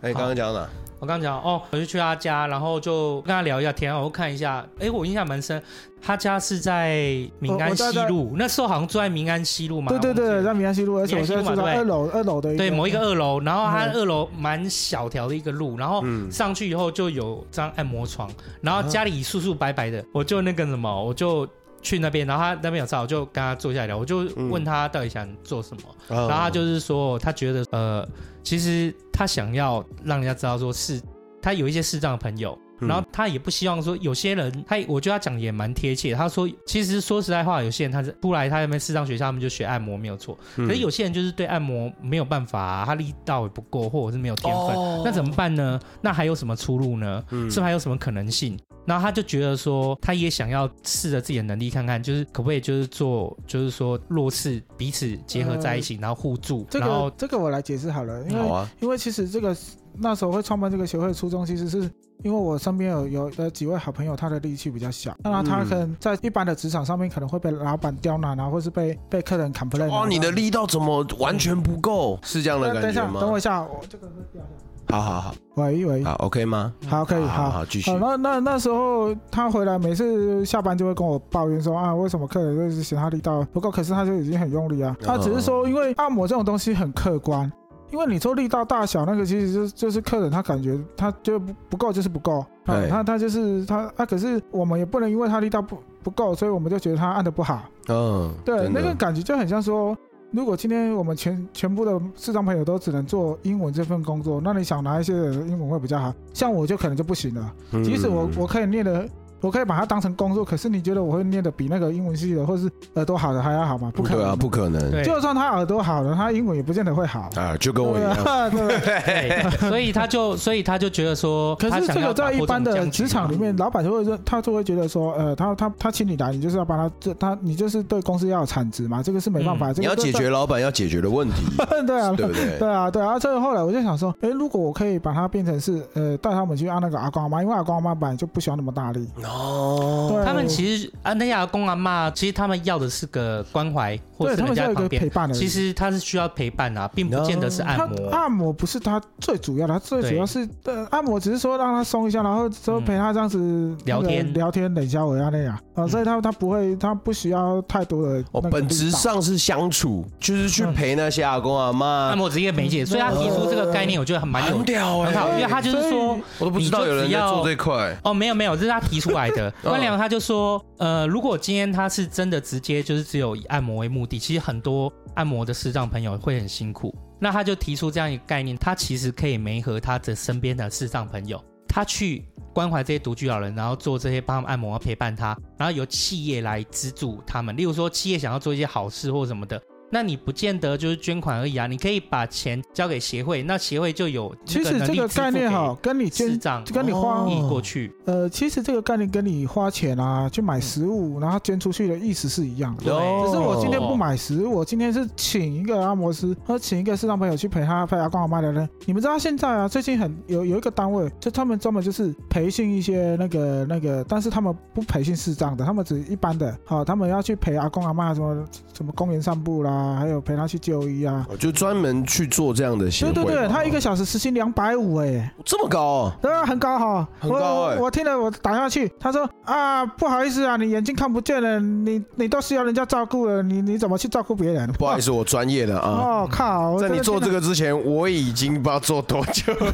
[SPEAKER 1] 那你刚刚讲哪？
[SPEAKER 2] 我刚讲哦，我就去他家，然后就跟他聊一下天，我看一下，哎，我印象蛮深，他家是在
[SPEAKER 3] 哦
[SPEAKER 2] 民安西路，那时候好像住在民安西路嘛，
[SPEAKER 3] 对对
[SPEAKER 2] 我
[SPEAKER 3] 对，
[SPEAKER 2] 记得
[SPEAKER 3] 在民安西路，而且我现在住在二楼二楼的一个
[SPEAKER 2] 对某一个二楼，然后他
[SPEAKER 3] 嗯
[SPEAKER 2] 二楼蛮小条的一个路，然后
[SPEAKER 1] 嗯，
[SPEAKER 2] 上去以后就有张按摩床，然后家里素素白白的，我就那个什么，我就去那边，然后他那边有照，我就跟他坐下来聊，我就问他到底想做什么，
[SPEAKER 1] 然
[SPEAKER 2] 然后他就是说，他觉得呃，其实他想要让人家知道说是他有一些视障的朋友，
[SPEAKER 1] 嗯
[SPEAKER 2] 然后他也不希望说有些人，他我觉得他讲得也蛮贴切。他说，其实说实在话，有些人他是出来他们视障学校，他们就学按摩没有错，
[SPEAKER 1] 嗯
[SPEAKER 2] 可是有些人就是对按摩没有办法、啊他力道也不够，或者是没有天分，那怎么办呢？那还有什么出路呢？
[SPEAKER 1] 哦嗯
[SPEAKER 2] 是不是还有什么可能性？然后他就觉得说，他也想要试着自己的能力看看，就是可不可以就是做，就是说弱势彼此结合在一起，然后互助，
[SPEAKER 3] 嗯这
[SPEAKER 2] 然后
[SPEAKER 3] 个这个我来解释好了，因
[SPEAKER 1] 好
[SPEAKER 3] 为
[SPEAKER 1] 啊，
[SPEAKER 3] 因为其实这个那时候会创办这个协会的初衷，其实是因为我身边有有的几位好朋友，他的力气比较小，那
[SPEAKER 1] 嗯
[SPEAKER 3] 他可能在一般的职场上面可能会被老板刁难啊，或是被被客人 complain 啊。
[SPEAKER 1] 哇，哦你的力道怎么完全不够？是这样的
[SPEAKER 3] 那等
[SPEAKER 1] 感
[SPEAKER 3] 一
[SPEAKER 1] 觉
[SPEAKER 3] 下，
[SPEAKER 1] 吗？
[SPEAKER 3] 等我一下，我这个会掉下
[SPEAKER 1] 好好好
[SPEAKER 3] 来。喂喂，
[SPEAKER 1] 好，OK 吗？
[SPEAKER 3] 好，可以，
[SPEAKER 1] 好
[SPEAKER 3] 好。
[SPEAKER 1] 好继续
[SPEAKER 3] 好，。哦那那那时候他回来，每次下班就会跟我抱怨说啊，为什么客人就是嫌他力道不够？可是他就已经很用力
[SPEAKER 1] 嗯
[SPEAKER 3] 啊。他只是说，因为按摩这种东西很客观，因为你说力道大小那个，其实就是就是客人他感觉他就不不够就是不够，啊
[SPEAKER 1] 对，
[SPEAKER 3] 他他就是他啊，可是我们也不能因为他力道不不够，所以我们就觉得他按的不好。
[SPEAKER 1] 嗯，
[SPEAKER 3] 对，
[SPEAKER 1] 真的
[SPEAKER 3] 那个感觉就很像说，如果今天我们全全部的市场朋友都只能做英文这份工作，那你想哪一些人英文会比较好？像我就可能就不行了。
[SPEAKER 1] 嗯
[SPEAKER 3] 即使我我可以念的，我可以把它当成工作，可是你觉得我会念的比那个英文系的或是耳朵好的还要好吗？不可
[SPEAKER 1] 对
[SPEAKER 3] 能
[SPEAKER 1] 啊，不可能
[SPEAKER 2] 对
[SPEAKER 3] 就算他耳朵好了，他英文也不见得会好。
[SPEAKER 1] 啊，就跟我一样。 *laughs*
[SPEAKER 3] 对不对 *laughs*
[SPEAKER 2] 对，所以他就所以他就觉得说，
[SPEAKER 3] 可
[SPEAKER 2] 他
[SPEAKER 3] 是
[SPEAKER 2] 想
[SPEAKER 3] 这
[SPEAKER 2] 要
[SPEAKER 3] 个
[SPEAKER 2] 打
[SPEAKER 3] 在
[SPEAKER 2] 破这
[SPEAKER 3] 一般
[SPEAKER 2] 种
[SPEAKER 3] 的
[SPEAKER 2] 僵局
[SPEAKER 3] 职场里面，
[SPEAKER 1] 嗯
[SPEAKER 3] 老板就会认，他就会觉得说，呃，他他他请你来，你就是要帮他这他你就是对公司要有产值嘛，这个是没办法，
[SPEAKER 2] 嗯
[SPEAKER 3] 这
[SPEAKER 1] 你
[SPEAKER 3] 个
[SPEAKER 1] 要
[SPEAKER 3] 就
[SPEAKER 1] 解
[SPEAKER 3] 在
[SPEAKER 1] 决老板要解决的问题，
[SPEAKER 3] *laughs* 对啊，
[SPEAKER 1] 对不对？
[SPEAKER 3] 对啊，对啊，所以后来我就想说，诶，如果我可以把它变成是呃，带他们去按那个阿公阿妈，因为阿公阿妈本来就不喜欢那么大力。
[SPEAKER 1] 哦，
[SPEAKER 3] 对，
[SPEAKER 2] 他们其实啊，那些阿公阿妈，其实他们要的是个关怀，或者
[SPEAKER 3] 对
[SPEAKER 2] 是人
[SPEAKER 3] 他们需
[SPEAKER 2] 家
[SPEAKER 3] 要
[SPEAKER 2] 在
[SPEAKER 3] 一个
[SPEAKER 2] 旁边。
[SPEAKER 3] 陪伴的。
[SPEAKER 2] 其实他是需要陪伴啊，并不见得是按
[SPEAKER 3] 他
[SPEAKER 2] 摩。啊
[SPEAKER 3] 按摩不是他最主要的，他最主要是呃，按摩只是说让他松一下，然后之后陪他这样子那
[SPEAKER 2] 嗯聊
[SPEAKER 3] 个
[SPEAKER 2] 天
[SPEAKER 3] 聊天冷笑我呀那样啊，
[SPEAKER 2] 嗯
[SPEAKER 3] 所以他他不会，他不需要太多的
[SPEAKER 1] 哦，
[SPEAKER 3] 那个
[SPEAKER 1] 本
[SPEAKER 3] 力
[SPEAKER 1] 质
[SPEAKER 3] 道
[SPEAKER 1] 上是相处，就是去陪那些阿公阿妈
[SPEAKER 2] 按，摩职业媒介，所以他提出这个概念，我觉得很嗯蛮有
[SPEAKER 1] 很屌
[SPEAKER 2] 很好，因
[SPEAKER 1] 哎，
[SPEAKER 2] 为他就是
[SPEAKER 3] 所
[SPEAKER 2] 说
[SPEAKER 3] 以。
[SPEAKER 1] 我都不知道有人在做这块，
[SPEAKER 2] 哦，没有没有，这是他提出来的。
[SPEAKER 1] 嗯
[SPEAKER 2] 官良他就说，呃，如果今天他是真的直接就是只有以按摩为目的，其实很多按摩的视障朋友会很辛苦。那他就提出这样一个概念，他其实可以媒合他的身边的视障朋友，他去关怀这些独居老人，然后做这些帮他们按摩，陪伴他，然后由企业来资助他们。例如说，企业想要做一些好事或什么的。那你不见得就是捐款而已啊，你可以把钱交给协会，那协会就有
[SPEAKER 3] 其实这个概念哈
[SPEAKER 2] 哈，，
[SPEAKER 3] 跟你
[SPEAKER 2] 视
[SPEAKER 3] 捐
[SPEAKER 2] 障哦
[SPEAKER 3] 跟你花
[SPEAKER 2] 移过去，
[SPEAKER 3] 呃，其实这个概念跟你花钱啊去买食物，然后捐出去的意思是一样的。
[SPEAKER 2] 对
[SPEAKER 1] 哦
[SPEAKER 3] 只是我今天不买食物，我今天是请一个阿摩斯，和请一个视障朋友去陪他陪阿公阿妈聊天。你们知道现在啊，最近很有有一个单位，就他们专门就是培训一些那个那个，但是他们不培训视障的，他们只一般的。好、他们要去陪阿公阿妈什么什么公园散步啦，还有陪他去就医啊。
[SPEAKER 1] 哦就专门去做这样的协
[SPEAKER 3] 对
[SPEAKER 1] 会
[SPEAKER 3] 对
[SPEAKER 1] 嘛。
[SPEAKER 3] 对，他一个小时时薪两百五哎。
[SPEAKER 1] 这么高哦，
[SPEAKER 3] 对啊，很高哈，
[SPEAKER 1] 很高欸
[SPEAKER 3] 我我听了，我打下去，他说啊，不好意思啊，你眼睛看不见了，你你都需要人家照顾了，你你怎么去照顾别人？
[SPEAKER 1] *laughs* 不好意思，我专业的啊。
[SPEAKER 3] *laughs* 哦，靠！我
[SPEAKER 1] 在你做这
[SPEAKER 3] 个，
[SPEAKER 1] 个之前，我已经不知道做多久。
[SPEAKER 3] 可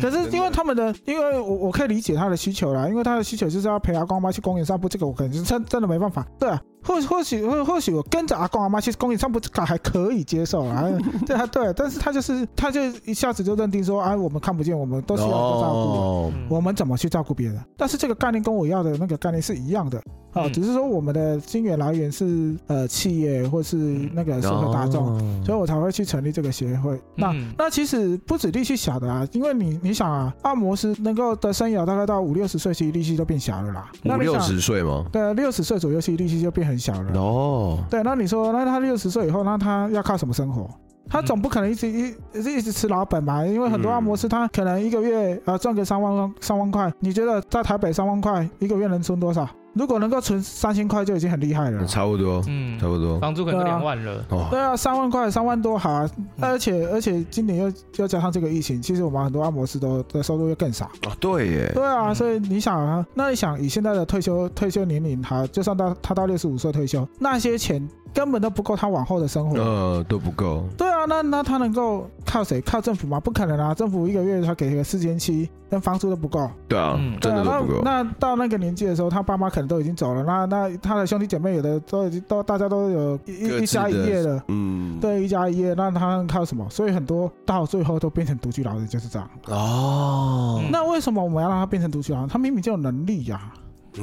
[SPEAKER 1] 嗯
[SPEAKER 3] 是因为他们的，因为我我可以理解他的需求啦，因为他的需求就是要陪阿公妈去公园散步，这个我可能是真真的没办法。对啊，或或许或或许我跟着阿公阿妈去公园散步，这个还可以接受
[SPEAKER 1] *laughs*
[SPEAKER 3] 啊。对啊，对，但是他就是他就一下子就认定说，哎，我们看不见，我们 *laughs* 都需要被照顾。
[SPEAKER 1] 哦
[SPEAKER 2] 嗯
[SPEAKER 3] 我们怎么去照顾别人？但是这个概念跟我要的那个概念是一样的啊、
[SPEAKER 2] 嗯
[SPEAKER 3] 只是说我们的金源来源是呃企业或是那个社会大众，
[SPEAKER 1] 嗯哦
[SPEAKER 3] 所以我才会去成立这个协会。那、
[SPEAKER 2] 嗯
[SPEAKER 3] 那其实不止利息小的啊，因为你你想啊，按摩师能够的生涯大概到五六十岁，其实利息都变小了啦。那
[SPEAKER 1] 五
[SPEAKER 3] 你想
[SPEAKER 1] 六十岁吗？
[SPEAKER 3] 对六十岁左右，其实利息就变很小了。
[SPEAKER 1] 哦，
[SPEAKER 3] 对，那你说，那他六十岁以后，那他要靠什么生活？他总不可能一直
[SPEAKER 1] 嗯
[SPEAKER 3] 一一直吃老本吧？因为很多按摩师他可能一个月呃赚个三万三万块，你觉得在台北三万块一个月能存多少？如果能够存三千块就已经很厉害了啦。
[SPEAKER 1] 差不多，
[SPEAKER 2] 嗯
[SPEAKER 1] 差不多。
[SPEAKER 2] 房租可能
[SPEAKER 3] 对啊
[SPEAKER 2] 两万了，
[SPEAKER 1] 哦，嗯
[SPEAKER 3] 对啊，三万块三万多好啊！而且而且今年又又加上这个疫情，其实我们很多按摩师都的收入又更少。
[SPEAKER 1] 哦对耶，
[SPEAKER 3] 对啊，
[SPEAKER 2] 嗯
[SPEAKER 3] 所以你想啊，那你想以现在的退休退休年龄，好，就算到他到六十五岁退休，那些钱根本都不够他往后的生活。
[SPEAKER 1] 呃，都不够。
[SPEAKER 3] 对啊，那那他能够靠谁？靠政府吗？不可能啊！政府一个月他给个四千七，连房租都不够。
[SPEAKER 1] 对啊
[SPEAKER 2] 嗯，
[SPEAKER 1] 真的
[SPEAKER 3] 对
[SPEAKER 1] 都
[SPEAKER 3] 啊
[SPEAKER 1] 不够。
[SPEAKER 3] 那那到那个年纪的时候，他爸妈可能都已经走了，那那他的兄弟姐妹有的都已经都大家都有
[SPEAKER 1] 各自
[SPEAKER 3] 一一
[SPEAKER 1] 的
[SPEAKER 3] 一家一业了。
[SPEAKER 1] 嗯，
[SPEAKER 3] 对，一家一业，那他能靠什么？所以很多到最后都变成独居老人，就是这样。
[SPEAKER 1] 哦，
[SPEAKER 2] 嗯
[SPEAKER 3] 那为什么我们要让他变成独居老人？他明明就有能力呀、
[SPEAKER 1] 嗯
[SPEAKER 2] 嗯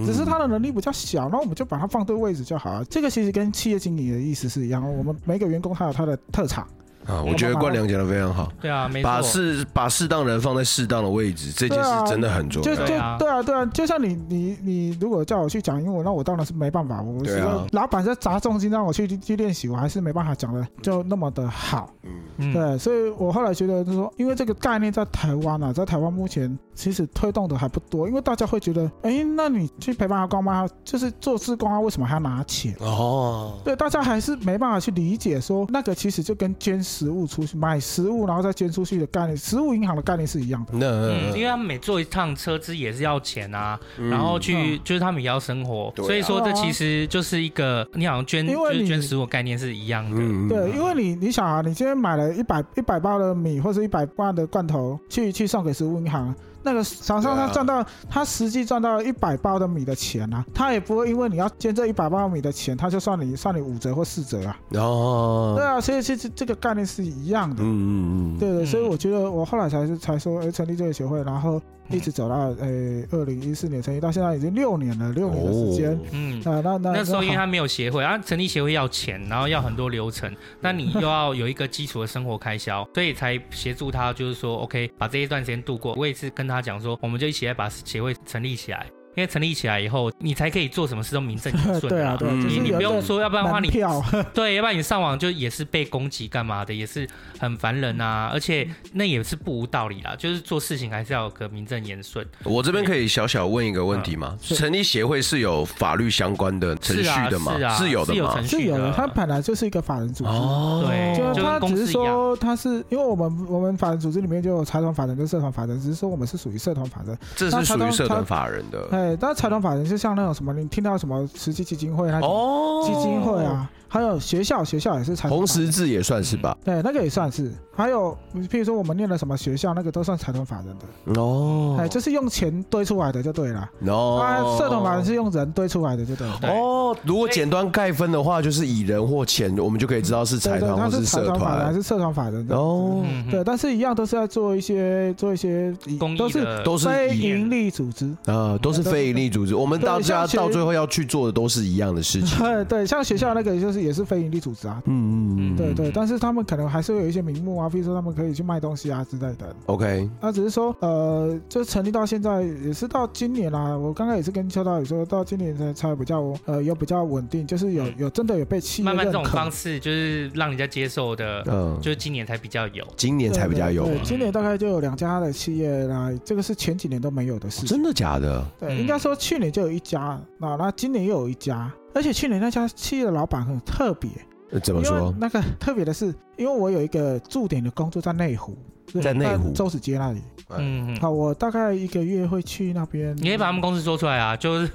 [SPEAKER 3] 只是他的能力比较小，那我们就把他放对位置就好了。这个其实跟企业经理的意思是一样，我们每个员工他有他的特长。
[SPEAKER 1] 啊，我觉得冠良讲的非常好，
[SPEAKER 2] 对啊，没
[SPEAKER 1] 把
[SPEAKER 2] 错，
[SPEAKER 1] 适把适当人放在适当的位置，这件
[SPEAKER 3] 对啊
[SPEAKER 1] 事真的很重
[SPEAKER 3] 就就
[SPEAKER 1] 要。
[SPEAKER 3] 对
[SPEAKER 2] 对啊
[SPEAKER 3] 啊对啊，就像你你你如果叫我去讲英文，那我当然是没办法，我
[SPEAKER 1] 对
[SPEAKER 3] 是
[SPEAKER 1] 啊
[SPEAKER 3] 说老板在砸重金让我去去练习，我还是没办法讲的就那么的好。
[SPEAKER 1] 嗯，
[SPEAKER 2] 嗯
[SPEAKER 3] 对，所以我后来觉得就是说，因为这个概念在台湾啊，在台湾目前其实推动的还不多，因为大家会觉得，哎，那你去陪伴阿公妈，就是做志工啊，为什么还要拿钱？
[SPEAKER 1] 哦，
[SPEAKER 3] 对，大家还是没办法去理解说那个其实就跟捐食物出去买食物，然后再捐出去的概念，食物银行的概念是一样的。
[SPEAKER 1] 那
[SPEAKER 2] 嗯，因为
[SPEAKER 1] 嗯
[SPEAKER 2] 他们每坐一趟车资也是要钱啊，
[SPEAKER 1] 嗯
[SPEAKER 2] 然后去就是他们也要生活，
[SPEAKER 4] 对啊
[SPEAKER 2] 所以说这其实就是一个你好像捐
[SPEAKER 3] 因
[SPEAKER 2] 就
[SPEAKER 3] 为你
[SPEAKER 2] 是捐食物概念是一样的，
[SPEAKER 1] 嗯
[SPEAKER 3] 对，
[SPEAKER 1] 嗯
[SPEAKER 3] 因为你你想啊，你今天买了一百一百包的米或者一百罐的罐头去去送给食物银行，那个厂商
[SPEAKER 4] 对啊
[SPEAKER 3] 他赚到、他实际赚到一百包的米的钱啊，他也不会因为你要捐这一百包米的钱，他就算你算你五折或四折啊。
[SPEAKER 2] 嗯
[SPEAKER 1] 哦，
[SPEAKER 3] 对啊，所以其实这个概念是一样的。
[SPEAKER 1] 嗯嗯嗯，
[SPEAKER 3] 对对，所以
[SPEAKER 2] 嗯
[SPEAKER 3] 我觉得我后来才是才说，哎，成立这个协会，然后一直走到呃二零一四年成立，到现在已经六年了，六年的时间。
[SPEAKER 2] 嗯。
[SPEAKER 3] 啊，那那
[SPEAKER 2] 那时候因为
[SPEAKER 3] 好
[SPEAKER 2] 他没有协会啊，成立协会要钱，然后要很多流程，那你
[SPEAKER 3] 嗯
[SPEAKER 2] 又要有一个基础的生活开销，所以才协助他，就是说 OK，把这一段时间度过。我也是跟他讲说，我们就一起来把协会成立起来，因为成立起来以后，你才可以做什么事都名正言顺
[SPEAKER 3] *laughs* 对啊，
[SPEAKER 2] 啊。
[SPEAKER 3] 对啊，
[SPEAKER 1] 嗯
[SPEAKER 3] 就
[SPEAKER 2] 你
[SPEAKER 3] 是
[SPEAKER 2] 你
[SPEAKER 3] 有
[SPEAKER 2] 不
[SPEAKER 3] 一
[SPEAKER 2] 用
[SPEAKER 3] 个
[SPEAKER 2] 说，要不然的话
[SPEAKER 3] 门
[SPEAKER 2] 你
[SPEAKER 3] 票，
[SPEAKER 2] 对，要不然你上网就也是被攻击干嘛的，也是很烦人啊，而且那也是不无道理啦，就是做事情还是要有个名正言顺。
[SPEAKER 1] 哦我这边可以小小问一个问题吗？
[SPEAKER 3] 是
[SPEAKER 1] 成立协会是有法律相关的程序的吗？
[SPEAKER 2] 是啊，是啊
[SPEAKER 1] 有的
[SPEAKER 2] 有
[SPEAKER 1] 吗
[SPEAKER 2] 程？
[SPEAKER 3] 就
[SPEAKER 2] 序
[SPEAKER 3] 有了。
[SPEAKER 2] 的。
[SPEAKER 3] 他本来就是一个法人组织，
[SPEAKER 1] 哦，
[SPEAKER 2] 对
[SPEAKER 3] 就
[SPEAKER 2] 就
[SPEAKER 3] 他
[SPEAKER 2] 跟公
[SPEAKER 3] 只是
[SPEAKER 2] 司一样，
[SPEAKER 3] 说他是因为我们我们法人组织里面就有财团法人跟社团法人，只是说我们是属于社团法人。
[SPEAKER 1] 这是属于社团法人的哦
[SPEAKER 3] 哎，但财团法人就像那种什么，你听到什么慈济基金会那种
[SPEAKER 1] 哦，
[SPEAKER 3] 基金会，啊，还有学校，学校也是财团
[SPEAKER 1] 红
[SPEAKER 3] 法人
[SPEAKER 1] 十字也算是吧？
[SPEAKER 3] 对，那个也算是。还有，譬如说我们念了什么学校，那个都算财团法人的，
[SPEAKER 1] 哦，
[SPEAKER 3] 哎，就是用钱堆出来的就对了。啊
[SPEAKER 1] 哦，，
[SPEAKER 3] 社团法人是用人堆出来的就对了。
[SPEAKER 2] 对
[SPEAKER 1] 哦，如果简单概分的话，就是以人或钱，我们就可以知道是
[SPEAKER 3] 对
[SPEAKER 1] 财
[SPEAKER 3] 对，
[SPEAKER 1] 团
[SPEAKER 3] 他
[SPEAKER 1] 或
[SPEAKER 3] 是财
[SPEAKER 1] 社
[SPEAKER 3] 团法人还
[SPEAKER 1] 团。
[SPEAKER 3] 是社团法人的？
[SPEAKER 1] 哦，
[SPEAKER 2] 嗯
[SPEAKER 3] 对，，但是一样都是在做一些做一些以
[SPEAKER 2] 公
[SPEAKER 3] 都
[SPEAKER 2] 益
[SPEAKER 3] 是
[SPEAKER 2] 的
[SPEAKER 1] 都是
[SPEAKER 3] 非
[SPEAKER 1] 以
[SPEAKER 3] 盈利
[SPEAKER 2] *laughs*
[SPEAKER 3] 组织。
[SPEAKER 1] 啊，都是非营利组织。我们大
[SPEAKER 3] 对
[SPEAKER 1] 家
[SPEAKER 3] 像学
[SPEAKER 1] 到最后要去做的都是一样的事情。
[SPEAKER 3] *laughs* 对对，像学校那个就是也是非盈利组织啊。
[SPEAKER 1] 嗯嗯嗯，
[SPEAKER 3] 对对，但是他们可能还是会有一些名目啊，比如说他们可以去卖东西啊之类的。
[SPEAKER 1] ，OK，
[SPEAKER 3] 那只是说，呃，就成立到现在也是到今年啦、我刚刚也是跟邱导宇说，到今年才才比较呃有比较稳定，就是有
[SPEAKER 2] 嗯
[SPEAKER 3] 有真的有被企业
[SPEAKER 2] 慢慢这种
[SPEAKER 3] 认可
[SPEAKER 2] 方。式就是让人家接受的，
[SPEAKER 3] 啊
[SPEAKER 1] 嗯，
[SPEAKER 2] 就是今年才比较有。啊
[SPEAKER 1] 今年才比较有
[SPEAKER 3] 对，
[SPEAKER 1] 吧
[SPEAKER 3] 对今年大概就有两家的企业来，这个是前几年都没有的事情。
[SPEAKER 1] 真的假的？
[SPEAKER 3] 对，
[SPEAKER 2] 嗯
[SPEAKER 3] 应该说去年就有一家，那那今年又有一家，而且去年那家企业的老板很特别，
[SPEAKER 1] 呃怎
[SPEAKER 3] 因
[SPEAKER 1] 么
[SPEAKER 3] 为
[SPEAKER 1] 说？
[SPEAKER 3] 那个特别的是，因因为我有一个驻点的工作在内湖，对
[SPEAKER 1] 在内湖
[SPEAKER 3] 周子街那里。
[SPEAKER 2] 嗯，
[SPEAKER 3] 好，我大概一个月会去那边。
[SPEAKER 2] 你可以把他们公司说出来啊， *laughs* 就是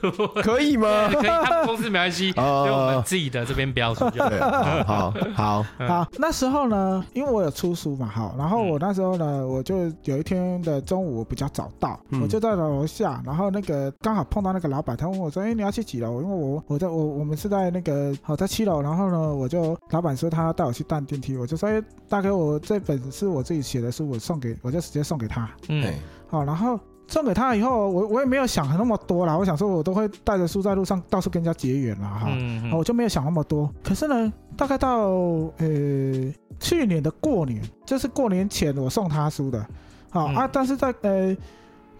[SPEAKER 1] 可以
[SPEAKER 3] *laughs*
[SPEAKER 1] 吗？
[SPEAKER 2] 可以，他们公司没关系，就我们
[SPEAKER 1] 哦，
[SPEAKER 2] 自己的这边标出
[SPEAKER 3] *laughs*
[SPEAKER 2] 就好。
[SPEAKER 1] 对，好好好，
[SPEAKER 3] 好，那时候呢，因为我有出书嘛，好，然后我那时候呢，我就有一天的中午我比较早到，
[SPEAKER 1] 嗯
[SPEAKER 3] 我就在楼下，然后那个刚好碰到那个老板，他问我说：“哎、你要去几楼？”因为我我在我我们是在那个好在七楼，然后呢，我就老板说他要带我去搭电梯，我就说：“哎、大哥，我这本是我自己写的书，我送给我就直接送给他。
[SPEAKER 2] 嗯
[SPEAKER 1] 哎，
[SPEAKER 3] 好，然后送给他以后，我我也没有想那么多啦，我想说我都会带着书在路上到处跟人家结缘啦，哈。
[SPEAKER 2] 嗯，
[SPEAKER 3] 哦我就没有想那么多。可是呢，大概到呃去年的过年，就是过年前我送他书的，好、
[SPEAKER 2] 嗯
[SPEAKER 3] 啊，但是在呃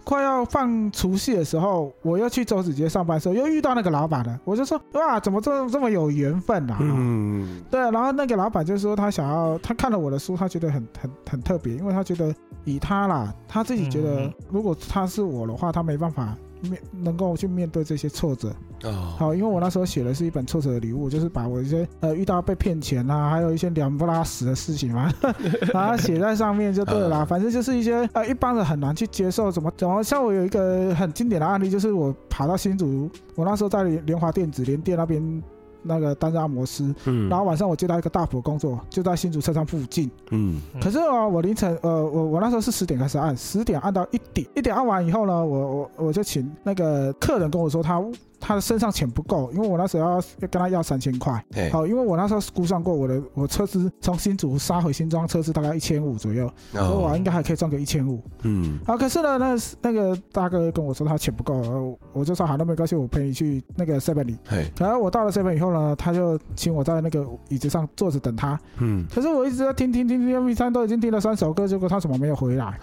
[SPEAKER 3] 快要放除夕的时候，我又去周子街上班的时候，又遇到那个老板了，我就说哇，怎么这这么有缘分啊？
[SPEAKER 1] 嗯，
[SPEAKER 3] 对，然后那个老板就说他想要，他看了我的书，他觉得很很很特别，因为他觉得以他啦，他自己觉
[SPEAKER 2] 嗯
[SPEAKER 3] 得
[SPEAKER 2] 嗯
[SPEAKER 3] 如果他是我的话，他没办法面能够去面对这些挫折，
[SPEAKER 1] 哦，
[SPEAKER 3] 好，因为我那时候写的是一本挫折的礼物，就是把我一些呃遇到被骗钱啊，还有一些两不拉屎的事情嘛， *laughs* 把它写在上面就对了啦。反正就是一些呃一般人很难去接受，怎么怎么像我有一个很经典的案例，就是我爬到新竹，我那时候在联联华电子联电那边那个担任按摩师，
[SPEAKER 1] 嗯
[SPEAKER 3] 然后晚上我接到一个大婆工作，就在新竹车站附近。
[SPEAKER 1] 嗯
[SPEAKER 2] 嗯
[SPEAKER 3] 可是哦，我凌晨呃，我我那时候是十点开始按，十点按到一点，一点按完以后呢，我我我就请那个客人跟我说他他的身上钱不够，因为我那时候要要跟他要三千块，
[SPEAKER 4] 嘿，
[SPEAKER 1] 哦
[SPEAKER 3] 好、因为我那时候估算过我的我车资从新竹杀回新庄车资大概一千五左右，所以我
[SPEAKER 1] 哦，
[SPEAKER 3] 应该还可以赚个一千五。
[SPEAKER 1] 嗯
[SPEAKER 3] 啊，可是呢，那那个大哥跟我说他钱不够，呃我就说好，那没关系，我陪你去那个 seven 里。
[SPEAKER 1] 嘿，
[SPEAKER 3] 然后我到了 seven 以后呢，他就请我在那个椅子上坐着等他。
[SPEAKER 1] 嗯，
[SPEAKER 3] 可是我一直在听听听听 M P 三，都已经听了三首歌，结果他怎么没有回来？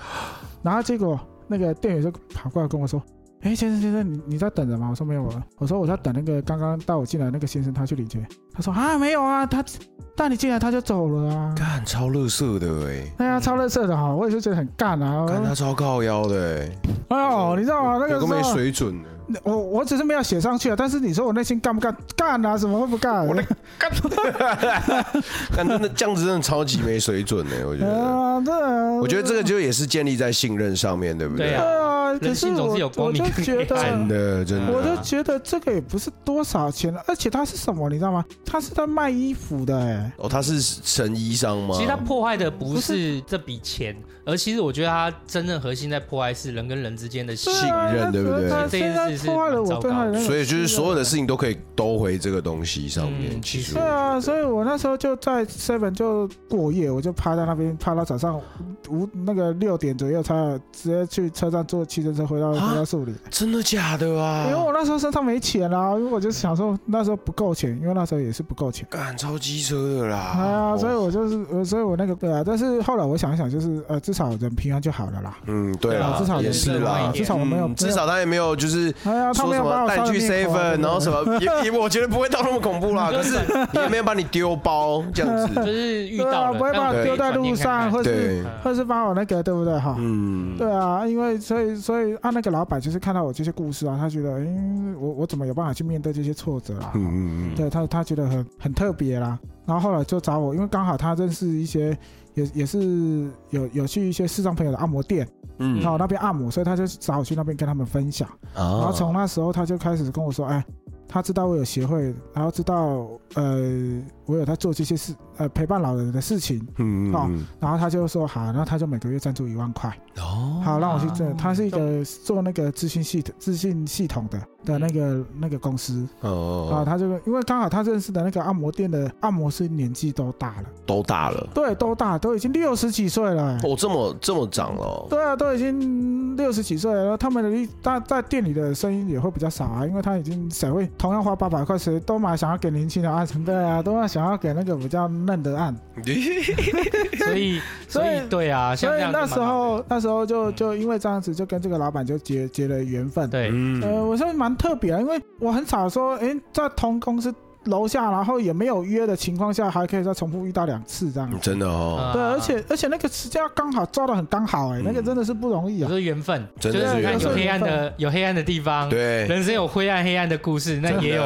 [SPEAKER 3] 然后结果那个店员就跑过来跟我说：“哎，先生先生，你你在等着吗？”我说：“没有啊。”我说：“我在等那个刚刚带我进来那个先生，他去领钱。”他说：“啊，没有啊，他带你进来他就走了啊。
[SPEAKER 4] 干超乐色的哎”，
[SPEAKER 1] 欸
[SPEAKER 3] 哎呀，超乐色的哈，我也是觉得很干啊。
[SPEAKER 4] 干他超靠腰
[SPEAKER 1] 欸
[SPEAKER 4] 的哎，
[SPEAKER 3] 哎呦，你知道吗？那个
[SPEAKER 4] 有
[SPEAKER 3] 时
[SPEAKER 4] 个没
[SPEAKER 3] 候
[SPEAKER 4] 水准
[SPEAKER 3] *laughs*
[SPEAKER 4] 的，
[SPEAKER 3] 我我只是没有写上去啊，但是你说我内心干不干？干啊，怎么会不干？
[SPEAKER 4] 我那干真的这样子真的超级没水准的，我觉
[SPEAKER 3] 哎
[SPEAKER 4] 得。
[SPEAKER 3] 呀，真的
[SPEAKER 4] 我觉得这个就也是建立在信任上面，对不
[SPEAKER 2] 对
[SPEAKER 3] 对
[SPEAKER 2] 啊
[SPEAKER 3] 啊，可
[SPEAKER 2] 人
[SPEAKER 3] 是
[SPEAKER 2] 性总
[SPEAKER 3] 我
[SPEAKER 2] 是有光
[SPEAKER 3] 我
[SPEAKER 2] 明
[SPEAKER 3] 就觉得
[SPEAKER 2] 黑
[SPEAKER 4] 真
[SPEAKER 2] 暗
[SPEAKER 4] 的真
[SPEAKER 2] 嗯
[SPEAKER 3] 我就
[SPEAKER 4] 的，
[SPEAKER 3] 觉得这个也不是多少钱，而且它是什么，你知道吗？它是在卖衣服的、哎，
[SPEAKER 4] 哦，他是神医商吗？
[SPEAKER 2] 其实他破坏的不
[SPEAKER 3] 不
[SPEAKER 2] 是这笔钱，而其实我觉得他真正核心在破坏是人跟人之间的信
[SPEAKER 3] 啊
[SPEAKER 4] 信任对不对
[SPEAKER 3] 他现在破坏了我对他的那个
[SPEAKER 4] 所以就是所有的
[SPEAKER 3] 信
[SPEAKER 4] 事情都可以兜回这个东西上面。
[SPEAKER 2] 嗯
[SPEAKER 4] 其实
[SPEAKER 2] 其实
[SPEAKER 3] 任。对啊，所以我那时候就在 seven 就过夜，我就趴在那边趴到早上五那个六点左右才有直接去车站坐汽车车回到
[SPEAKER 4] 啊
[SPEAKER 3] 回到树林，
[SPEAKER 4] 真的假的
[SPEAKER 3] 因哎为我
[SPEAKER 4] 啊？
[SPEAKER 3] 那时候身上没钱啊，因为我就想说那时候不够钱，因为那时候也是不够钱。
[SPEAKER 4] 干超机车的啦！
[SPEAKER 3] 哎呀，
[SPEAKER 4] 哦
[SPEAKER 3] 所以我就是，呃所以我那个对啊，但是后来我想一想，就是呃，至少人平安就好了啦。
[SPEAKER 4] 嗯，对
[SPEAKER 2] 对
[SPEAKER 4] 啦，
[SPEAKER 2] 啊
[SPEAKER 3] 至少
[SPEAKER 4] 也是啦，
[SPEAKER 2] 至
[SPEAKER 3] 少我没有
[SPEAKER 4] 嗯至少他也没有就是
[SPEAKER 3] 哎呀，他
[SPEAKER 4] 说
[SPEAKER 3] 没
[SPEAKER 4] 什
[SPEAKER 3] 有把
[SPEAKER 4] 么
[SPEAKER 3] 我
[SPEAKER 4] 带
[SPEAKER 3] 杀
[SPEAKER 4] 你
[SPEAKER 3] 了
[SPEAKER 4] 去
[SPEAKER 3] 灭口啊
[SPEAKER 4] seven，
[SPEAKER 3] 对不
[SPEAKER 4] 然后
[SPEAKER 3] 对
[SPEAKER 4] 什么也也我觉得不会到那么恐
[SPEAKER 2] *laughs*
[SPEAKER 4] 怖啦，可是也没有把你丢包这样
[SPEAKER 2] 就
[SPEAKER 3] *laughs*
[SPEAKER 4] 子，
[SPEAKER 2] 是遇
[SPEAKER 3] 对
[SPEAKER 2] 到
[SPEAKER 3] 啊，
[SPEAKER 2] 了，
[SPEAKER 3] 不会
[SPEAKER 2] 但我
[SPEAKER 3] 把我
[SPEAKER 2] 可以
[SPEAKER 3] 丢在
[SPEAKER 2] 转
[SPEAKER 3] 路
[SPEAKER 2] 念看
[SPEAKER 3] 上，
[SPEAKER 2] 看
[SPEAKER 3] 或是
[SPEAKER 4] 对，
[SPEAKER 2] 嗯
[SPEAKER 3] 或是把我那个，对不对？哈，
[SPEAKER 4] 嗯，
[SPEAKER 3] 对啊，因为所以所以啊，那个老板就是看到我这些故事啊，他觉得，嗯，我我怎么有办法去面对这些挫折啊？
[SPEAKER 4] 嗯嗯嗯，
[SPEAKER 3] 对他他觉得很很特别啦。然后后来就找我，因为刚好他认识一些。也也是有有去一些视障朋友的按摩店，
[SPEAKER 1] 嗯
[SPEAKER 3] 然后那边按摩，所以他就找我去那边跟他们分享。然后
[SPEAKER 1] 啊
[SPEAKER 3] 从那时候他就开始跟我说，哎，他知道我有协会，然后知道呃我有在做这些事，呃陪伴老人的事情，
[SPEAKER 1] 嗯
[SPEAKER 3] 哦然后他就说好，然后他就每个月赞助一万块，
[SPEAKER 4] 嗯
[SPEAKER 1] 哦
[SPEAKER 3] 好让我去挣。他是一个做那个资讯系统、资讯系统的的那
[SPEAKER 1] 嗯
[SPEAKER 3] 个那个公司
[SPEAKER 4] 哦
[SPEAKER 3] 啊，
[SPEAKER 4] 哦，
[SPEAKER 3] 他就因为刚好他认识的那个按摩店的按摩师年纪都大了，
[SPEAKER 4] 都大了，
[SPEAKER 3] 对，都大，都已经六十几岁了、
[SPEAKER 4] 哦，这么这么长了哦，
[SPEAKER 3] 对啊，都已经六十几岁了，然后他们的一大在店里的声音也会比较少啊，因为他已经谁会同样花八百块，谁都嘛想要给年轻的按，对啊，都嘛想要给那个比较嫩的按，
[SPEAKER 2] 所以所以对啊，像
[SPEAKER 3] *laughs*
[SPEAKER 2] 这
[SPEAKER 3] 所以
[SPEAKER 2] 样就
[SPEAKER 3] 那
[SPEAKER 2] 蛮
[SPEAKER 3] 时
[SPEAKER 2] 好的嗯
[SPEAKER 3] 候那时候就就因为这样子就跟这个老板就结结了缘分。
[SPEAKER 2] 对，
[SPEAKER 4] 嗯
[SPEAKER 3] 呃，我说蛮特别啊，因为我很少说，诶，在同公司楼下，然后也没有约的情况下，还可以再重复遇到两次这样。
[SPEAKER 1] 真的哦，
[SPEAKER 2] 啊
[SPEAKER 3] 对，而且而且那个时间要刚好抓的很刚好，哎，那个
[SPEAKER 1] 嗯
[SPEAKER 3] 真的是不容易
[SPEAKER 2] 有
[SPEAKER 3] 啊
[SPEAKER 2] 时。候缘分，
[SPEAKER 1] 真
[SPEAKER 2] 就
[SPEAKER 1] 的
[SPEAKER 2] 是
[SPEAKER 1] 是
[SPEAKER 2] 你看
[SPEAKER 1] 缘
[SPEAKER 2] 有
[SPEAKER 1] 分
[SPEAKER 2] 黑暗的有黑暗的地
[SPEAKER 4] 呃
[SPEAKER 2] 方，
[SPEAKER 1] 对，啊
[SPEAKER 2] 人生有灰暗黑暗的故事，那也有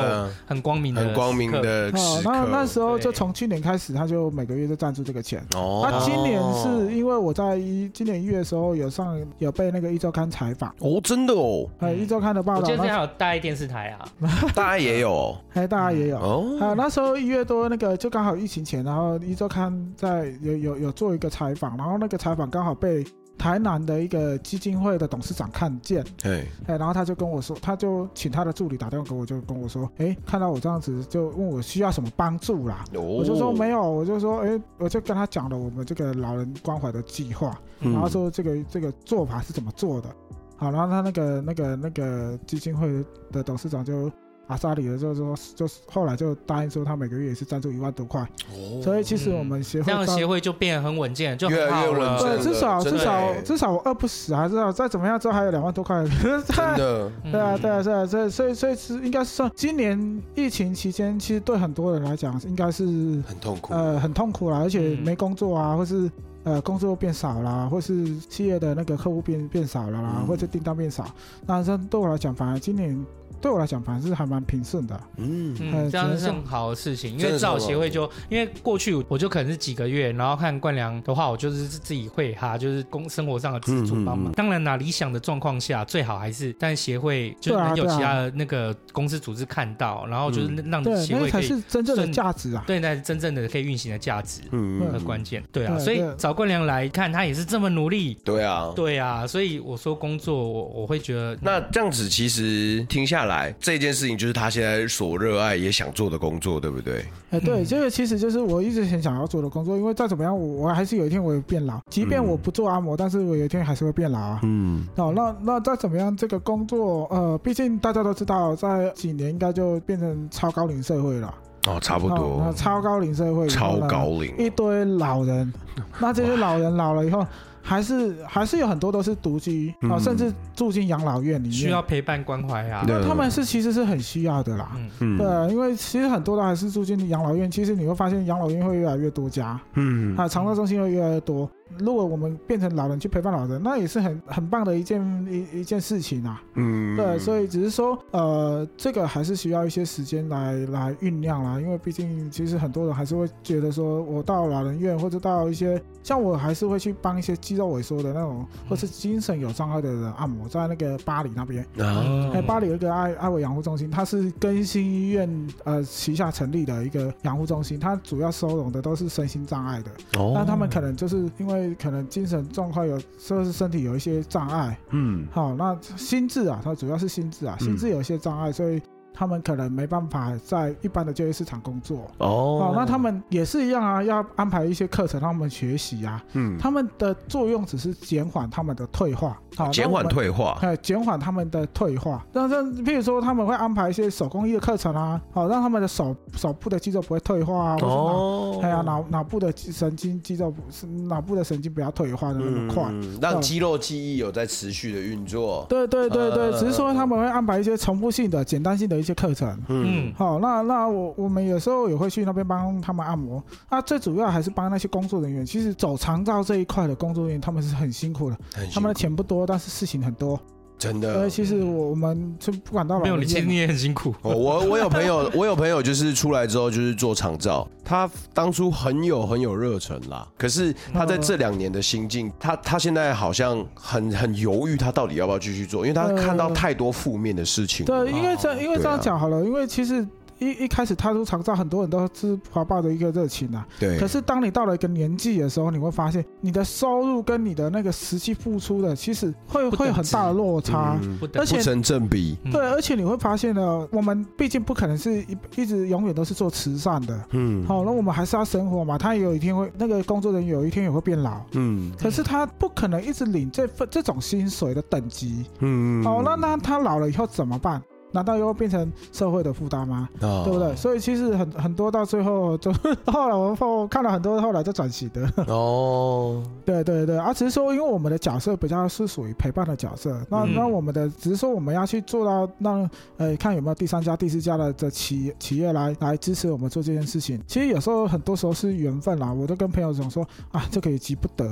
[SPEAKER 2] 很光明的
[SPEAKER 1] 很光明
[SPEAKER 2] 嗯时刻。
[SPEAKER 1] 的
[SPEAKER 3] 哦
[SPEAKER 1] 时，
[SPEAKER 3] 那
[SPEAKER 1] 刻。
[SPEAKER 3] 那时候就
[SPEAKER 2] 对
[SPEAKER 3] 从去年开始，他就每个月就赞助这个钱。
[SPEAKER 1] 哦，
[SPEAKER 3] 那今年是因为我在一今年一月的时候有上有被那个一周刊采访，
[SPEAKER 1] 哦，真的哦，
[SPEAKER 3] 呃，
[SPEAKER 2] 嗯
[SPEAKER 3] 一周刊的报
[SPEAKER 2] 我
[SPEAKER 3] 道
[SPEAKER 2] 记，得
[SPEAKER 3] 那
[SPEAKER 2] 还有大爱电视台啊，
[SPEAKER 1] 大家也有
[SPEAKER 3] *laughs*
[SPEAKER 1] 哦
[SPEAKER 3] 哎大家也有，
[SPEAKER 1] 哦，
[SPEAKER 3] 啊，那时候一月多，那个就刚好疫情前，然后一周刊在有有有做一个采访，然后那个采访刚好被台南的一个基金会的董事长看见，
[SPEAKER 1] 哎，
[SPEAKER 3] 哎，然后他就跟我说，他就请他的助理打电话给我，就跟我说，哎，看到我这样子，就问我需要什么帮助啦。我
[SPEAKER 1] 我
[SPEAKER 3] 就说没有，我就说，哎，我就跟他讲了我们这个老人关怀的计划，
[SPEAKER 1] 有
[SPEAKER 3] 然后说这个这个做法是怎么做的。好，然后他那个那个那个基金会的董事长就阿萨里的就说，就是后来就答应说他每个月也是赞助一万多块，
[SPEAKER 1] 哦
[SPEAKER 3] 所以其实我们协
[SPEAKER 1] 嗯
[SPEAKER 2] 这
[SPEAKER 3] 会
[SPEAKER 2] 样
[SPEAKER 3] 到
[SPEAKER 2] 协会就变得很稳健，就
[SPEAKER 1] 越
[SPEAKER 2] 很
[SPEAKER 1] 来
[SPEAKER 2] 好
[SPEAKER 1] 越
[SPEAKER 2] 了。
[SPEAKER 1] 稳
[SPEAKER 3] 对，
[SPEAKER 1] 健
[SPEAKER 3] 至少
[SPEAKER 1] 真的
[SPEAKER 3] 至少
[SPEAKER 1] 欸
[SPEAKER 3] 至少我饿不死啊，至少再怎么样之后还有两万多块。
[SPEAKER 1] 真的
[SPEAKER 2] 嗯
[SPEAKER 3] *laughs* 对啊，对啊，对啊，所以所以所以是应该是算今年疫情期间，其实对很多人来讲应该是
[SPEAKER 1] 很痛苦，
[SPEAKER 3] 呃很痛苦啦，而且
[SPEAKER 2] 嗯
[SPEAKER 3] 没工作啊，或是呃工作变少啦，或是企业的那个客户变变少了啦，
[SPEAKER 1] 嗯
[SPEAKER 3] 或者订单变少。那这对我来讲，反而今年对我来讲，反而是还蛮平顺的。
[SPEAKER 1] 嗯，
[SPEAKER 2] 嗯，
[SPEAKER 3] 呃
[SPEAKER 2] 这样
[SPEAKER 3] 只
[SPEAKER 2] 是
[SPEAKER 3] 能
[SPEAKER 2] 很好的事情，因
[SPEAKER 1] 真
[SPEAKER 2] 为
[SPEAKER 1] 的
[SPEAKER 2] 至
[SPEAKER 1] 是
[SPEAKER 2] 少
[SPEAKER 1] 很好
[SPEAKER 2] 协会就，因为过去我就可能是几个月，然后看冠良的话，我就是自己会哈，就是工生活上的资助帮
[SPEAKER 1] 嗯
[SPEAKER 2] 忙。
[SPEAKER 1] 嗯嗯
[SPEAKER 2] 当然啦，理想的状况下最好还是，但协会就是
[SPEAKER 3] 对啊
[SPEAKER 2] 能有
[SPEAKER 3] 对啊
[SPEAKER 2] 其他的那个公司组织看到，然
[SPEAKER 1] 嗯
[SPEAKER 2] 后就是让
[SPEAKER 3] 对，
[SPEAKER 2] 协
[SPEAKER 3] 那个
[SPEAKER 2] 会可
[SPEAKER 3] 才
[SPEAKER 2] 以
[SPEAKER 3] 是真正的
[SPEAKER 2] 顺
[SPEAKER 3] 价值啊。
[SPEAKER 2] 对那真正的可以运行的价值。
[SPEAKER 1] 嗯
[SPEAKER 2] 那关键，对啊，
[SPEAKER 3] 对
[SPEAKER 2] 所以
[SPEAKER 3] 对
[SPEAKER 2] 找冠良来看，他也是这么努力，
[SPEAKER 1] 对啊，
[SPEAKER 2] 对啊，所以我说工作，我我会觉得
[SPEAKER 1] 那这样子，其实听下来，这件事情就是他现在所热爱也想做的工作，对不对？
[SPEAKER 3] 哎，对，
[SPEAKER 2] 嗯
[SPEAKER 3] 这个其实就是我一直很想要做的工作，因为再怎么样，我我还是有一天我也变老，即便
[SPEAKER 1] 嗯
[SPEAKER 3] 我不做按摩，但是我有一天还是会变老啊。
[SPEAKER 1] 嗯，
[SPEAKER 3] 哦，那那再怎么样，这个工作，呃，毕竟大家都知道，在几年应该就变成超高龄社会了，
[SPEAKER 1] 哦，差不
[SPEAKER 3] 哦那
[SPEAKER 1] 多，
[SPEAKER 3] 超高龄社会，
[SPEAKER 1] 超，高龄，
[SPEAKER 3] 一堆老
[SPEAKER 1] *laughs*
[SPEAKER 3] 人，那这些老人老了以后，还是还是有很多都是独居，啊、
[SPEAKER 1] 嗯
[SPEAKER 3] 甚至住进养老院里面，
[SPEAKER 2] 需要陪伴关怀啊。
[SPEAKER 1] 对
[SPEAKER 3] 那他们是其实是很需要的啦。
[SPEAKER 2] 嗯，
[SPEAKER 1] 嗯
[SPEAKER 3] 对，因为其实很多都还是住进养老院，其实你会发现养老院会越来越多家，
[SPEAKER 1] 嗯
[SPEAKER 3] 啊，长照中心会越来越多。如果我们变成老人去陪伴老人，那也是很很棒的一件一一件事情啊。
[SPEAKER 1] 嗯
[SPEAKER 3] 对，所
[SPEAKER 1] 以
[SPEAKER 3] 以只是说，呃，这个还是需要一些时间来来酝酿啦，因为毕竟其实很多人还是会觉得说，我到老人院或者到一些像我还是会去帮一些肌肉萎缩的那种，或是精神有障碍的人按摩，在那个巴黎那边，
[SPEAKER 1] 啊，
[SPEAKER 2] 嗯
[SPEAKER 3] 哎、巴黎有一个爱爱维养护中心，它是更新医院呃旗下成立的一个养护中心，它主要收容的都是身心障碍的，那
[SPEAKER 1] 哦，
[SPEAKER 3] 他们可能就是因为可能精神状况有，就是身体有一些障碍。
[SPEAKER 1] 嗯
[SPEAKER 3] 好，那心智啊，它主要是心智啊，
[SPEAKER 1] 嗯
[SPEAKER 3] 心智有一些障碍，所以他们可能没办法在一般的就业市场工作。
[SPEAKER 1] 哦
[SPEAKER 3] 哦，，那他们也是一样啊，要安排一些课程让他们学习啊。
[SPEAKER 1] 嗯，
[SPEAKER 3] 他们的作用只是减缓他们的退化，好，
[SPEAKER 1] 减缓
[SPEAKER 3] 那我们，
[SPEAKER 1] 退化，
[SPEAKER 3] 呃，减缓他们的退化。那这，譬如说他们会安排一些手工艺的课程啊，好，让他们的手手部的肌肉不会退化啊，或是脑
[SPEAKER 1] 哦
[SPEAKER 3] 哎呀，脑脑部的神经肌肉不是脑部的神经不要退化的那么快。
[SPEAKER 1] 嗯让肌肉记忆有在持续的运作，
[SPEAKER 3] 对对对对，
[SPEAKER 1] 呃
[SPEAKER 3] 只是说他们会安排一些重复性的、简单性的一些课程。
[SPEAKER 2] 嗯，
[SPEAKER 3] 好，那那我我们有时候也会去那边帮他们按摩。那最主要还是帮那些工作人员。其实走长照这一块的工作人员，他们是很辛苦的。
[SPEAKER 1] 很
[SPEAKER 3] 他们的
[SPEAKER 1] 辛
[SPEAKER 3] 钱不多，但是事情很多。
[SPEAKER 1] 苦真
[SPEAKER 3] 所
[SPEAKER 1] 的
[SPEAKER 3] 以。其实我我们就不管到老
[SPEAKER 2] 呃没有，
[SPEAKER 3] 人
[SPEAKER 2] 你其
[SPEAKER 3] 院
[SPEAKER 2] 实你也很辛苦。
[SPEAKER 1] 哦，我我有朋友，我有朋友就是出来之后就是做长照，他当初很有很有热忱啦，可是他在这两年的心境，他他现在好像很很犹豫，他到底要不要继续做，因为他
[SPEAKER 3] 呃
[SPEAKER 1] 看到太多负面的事情。
[SPEAKER 3] 对，因为这因为这
[SPEAKER 1] 对啊
[SPEAKER 3] 样讲好了，因为其实一一开始踏入长照，很多人都是怀抱着一个热情啊。
[SPEAKER 1] 对
[SPEAKER 3] 可是当你到了一个年纪的时候，你会发现你的收入跟你的那个实际付出的，其实会
[SPEAKER 2] 不等
[SPEAKER 3] 会
[SPEAKER 2] 值
[SPEAKER 3] 有很大的落差。
[SPEAKER 1] 嗯
[SPEAKER 2] 不得
[SPEAKER 3] 而
[SPEAKER 1] 不
[SPEAKER 3] 且
[SPEAKER 1] 成正比。
[SPEAKER 2] 嗯
[SPEAKER 3] 对，而且你会发现呢，我们毕竟不可能是一一直永远都是做慈善的，
[SPEAKER 1] 嗯，
[SPEAKER 3] 好、那我们还是要生活嘛。他也有一天会，那个工作人员有一天也会变老，
[SPEAKER 1] 嗯
[SPEAKER 3] 可是他不可能一直领这份这种薪水的等级。
[SPEAKER 1] 嗯
[SPEAKER 3] 好、那那他老了以后怎么办？难道又会变成社会的负担吗？
[SPEAKER 1] 哦
[SPEAKER 3] 对不对？？所以其实很很多到最后就 *laughs* 后来我后看了很多后来就转型的， *laughs*
[SPEAKER 1] 哦，
[SPEAKER 3] 对对对，啊，只是说因为我们的角色比较是属于陪伴的角色，那、
[SPEAKER 2] 嗯
[SPEAKER 3] 那我们的只是说我们要去做到让呃看有没有第三家、第四家的的企企业来来支持我们做这件事情。其实有时候很多时候是缘分啦，我都跟朋友讲说啊，这个也急不得。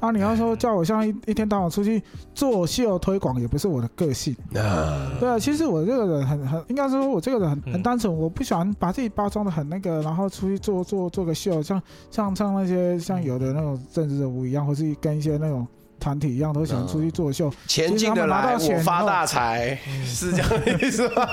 [SPEAKER 3] 啊，你要说叫我像一一天到晚出去做秀推广，也不是我的个性。
[SPEAKER 1] 那
[SPEAKER 3] 对啊，其实我这个人很很，应该说我这个人很
[SPEAKER 2] 嗯
[SPEAKER 3] 很单纯，我不喜欢把自己包装的很那个，然后出去做做做个秀，像像像那些
[SPEAKER 2] 嗯
[SPEAKER 3] 像有的那种政治人物一样，或是跟一些那种团体一样，都喜欢出
[SPEAKER 2] 哦
[SPEAKER 3] 去做秀，
[SPEAKER 4] 前进的来，
[SPEAKER 3] 其实他们拿到钱嗯
[SPEAKER 4] 我发大财，是这样的意思吗？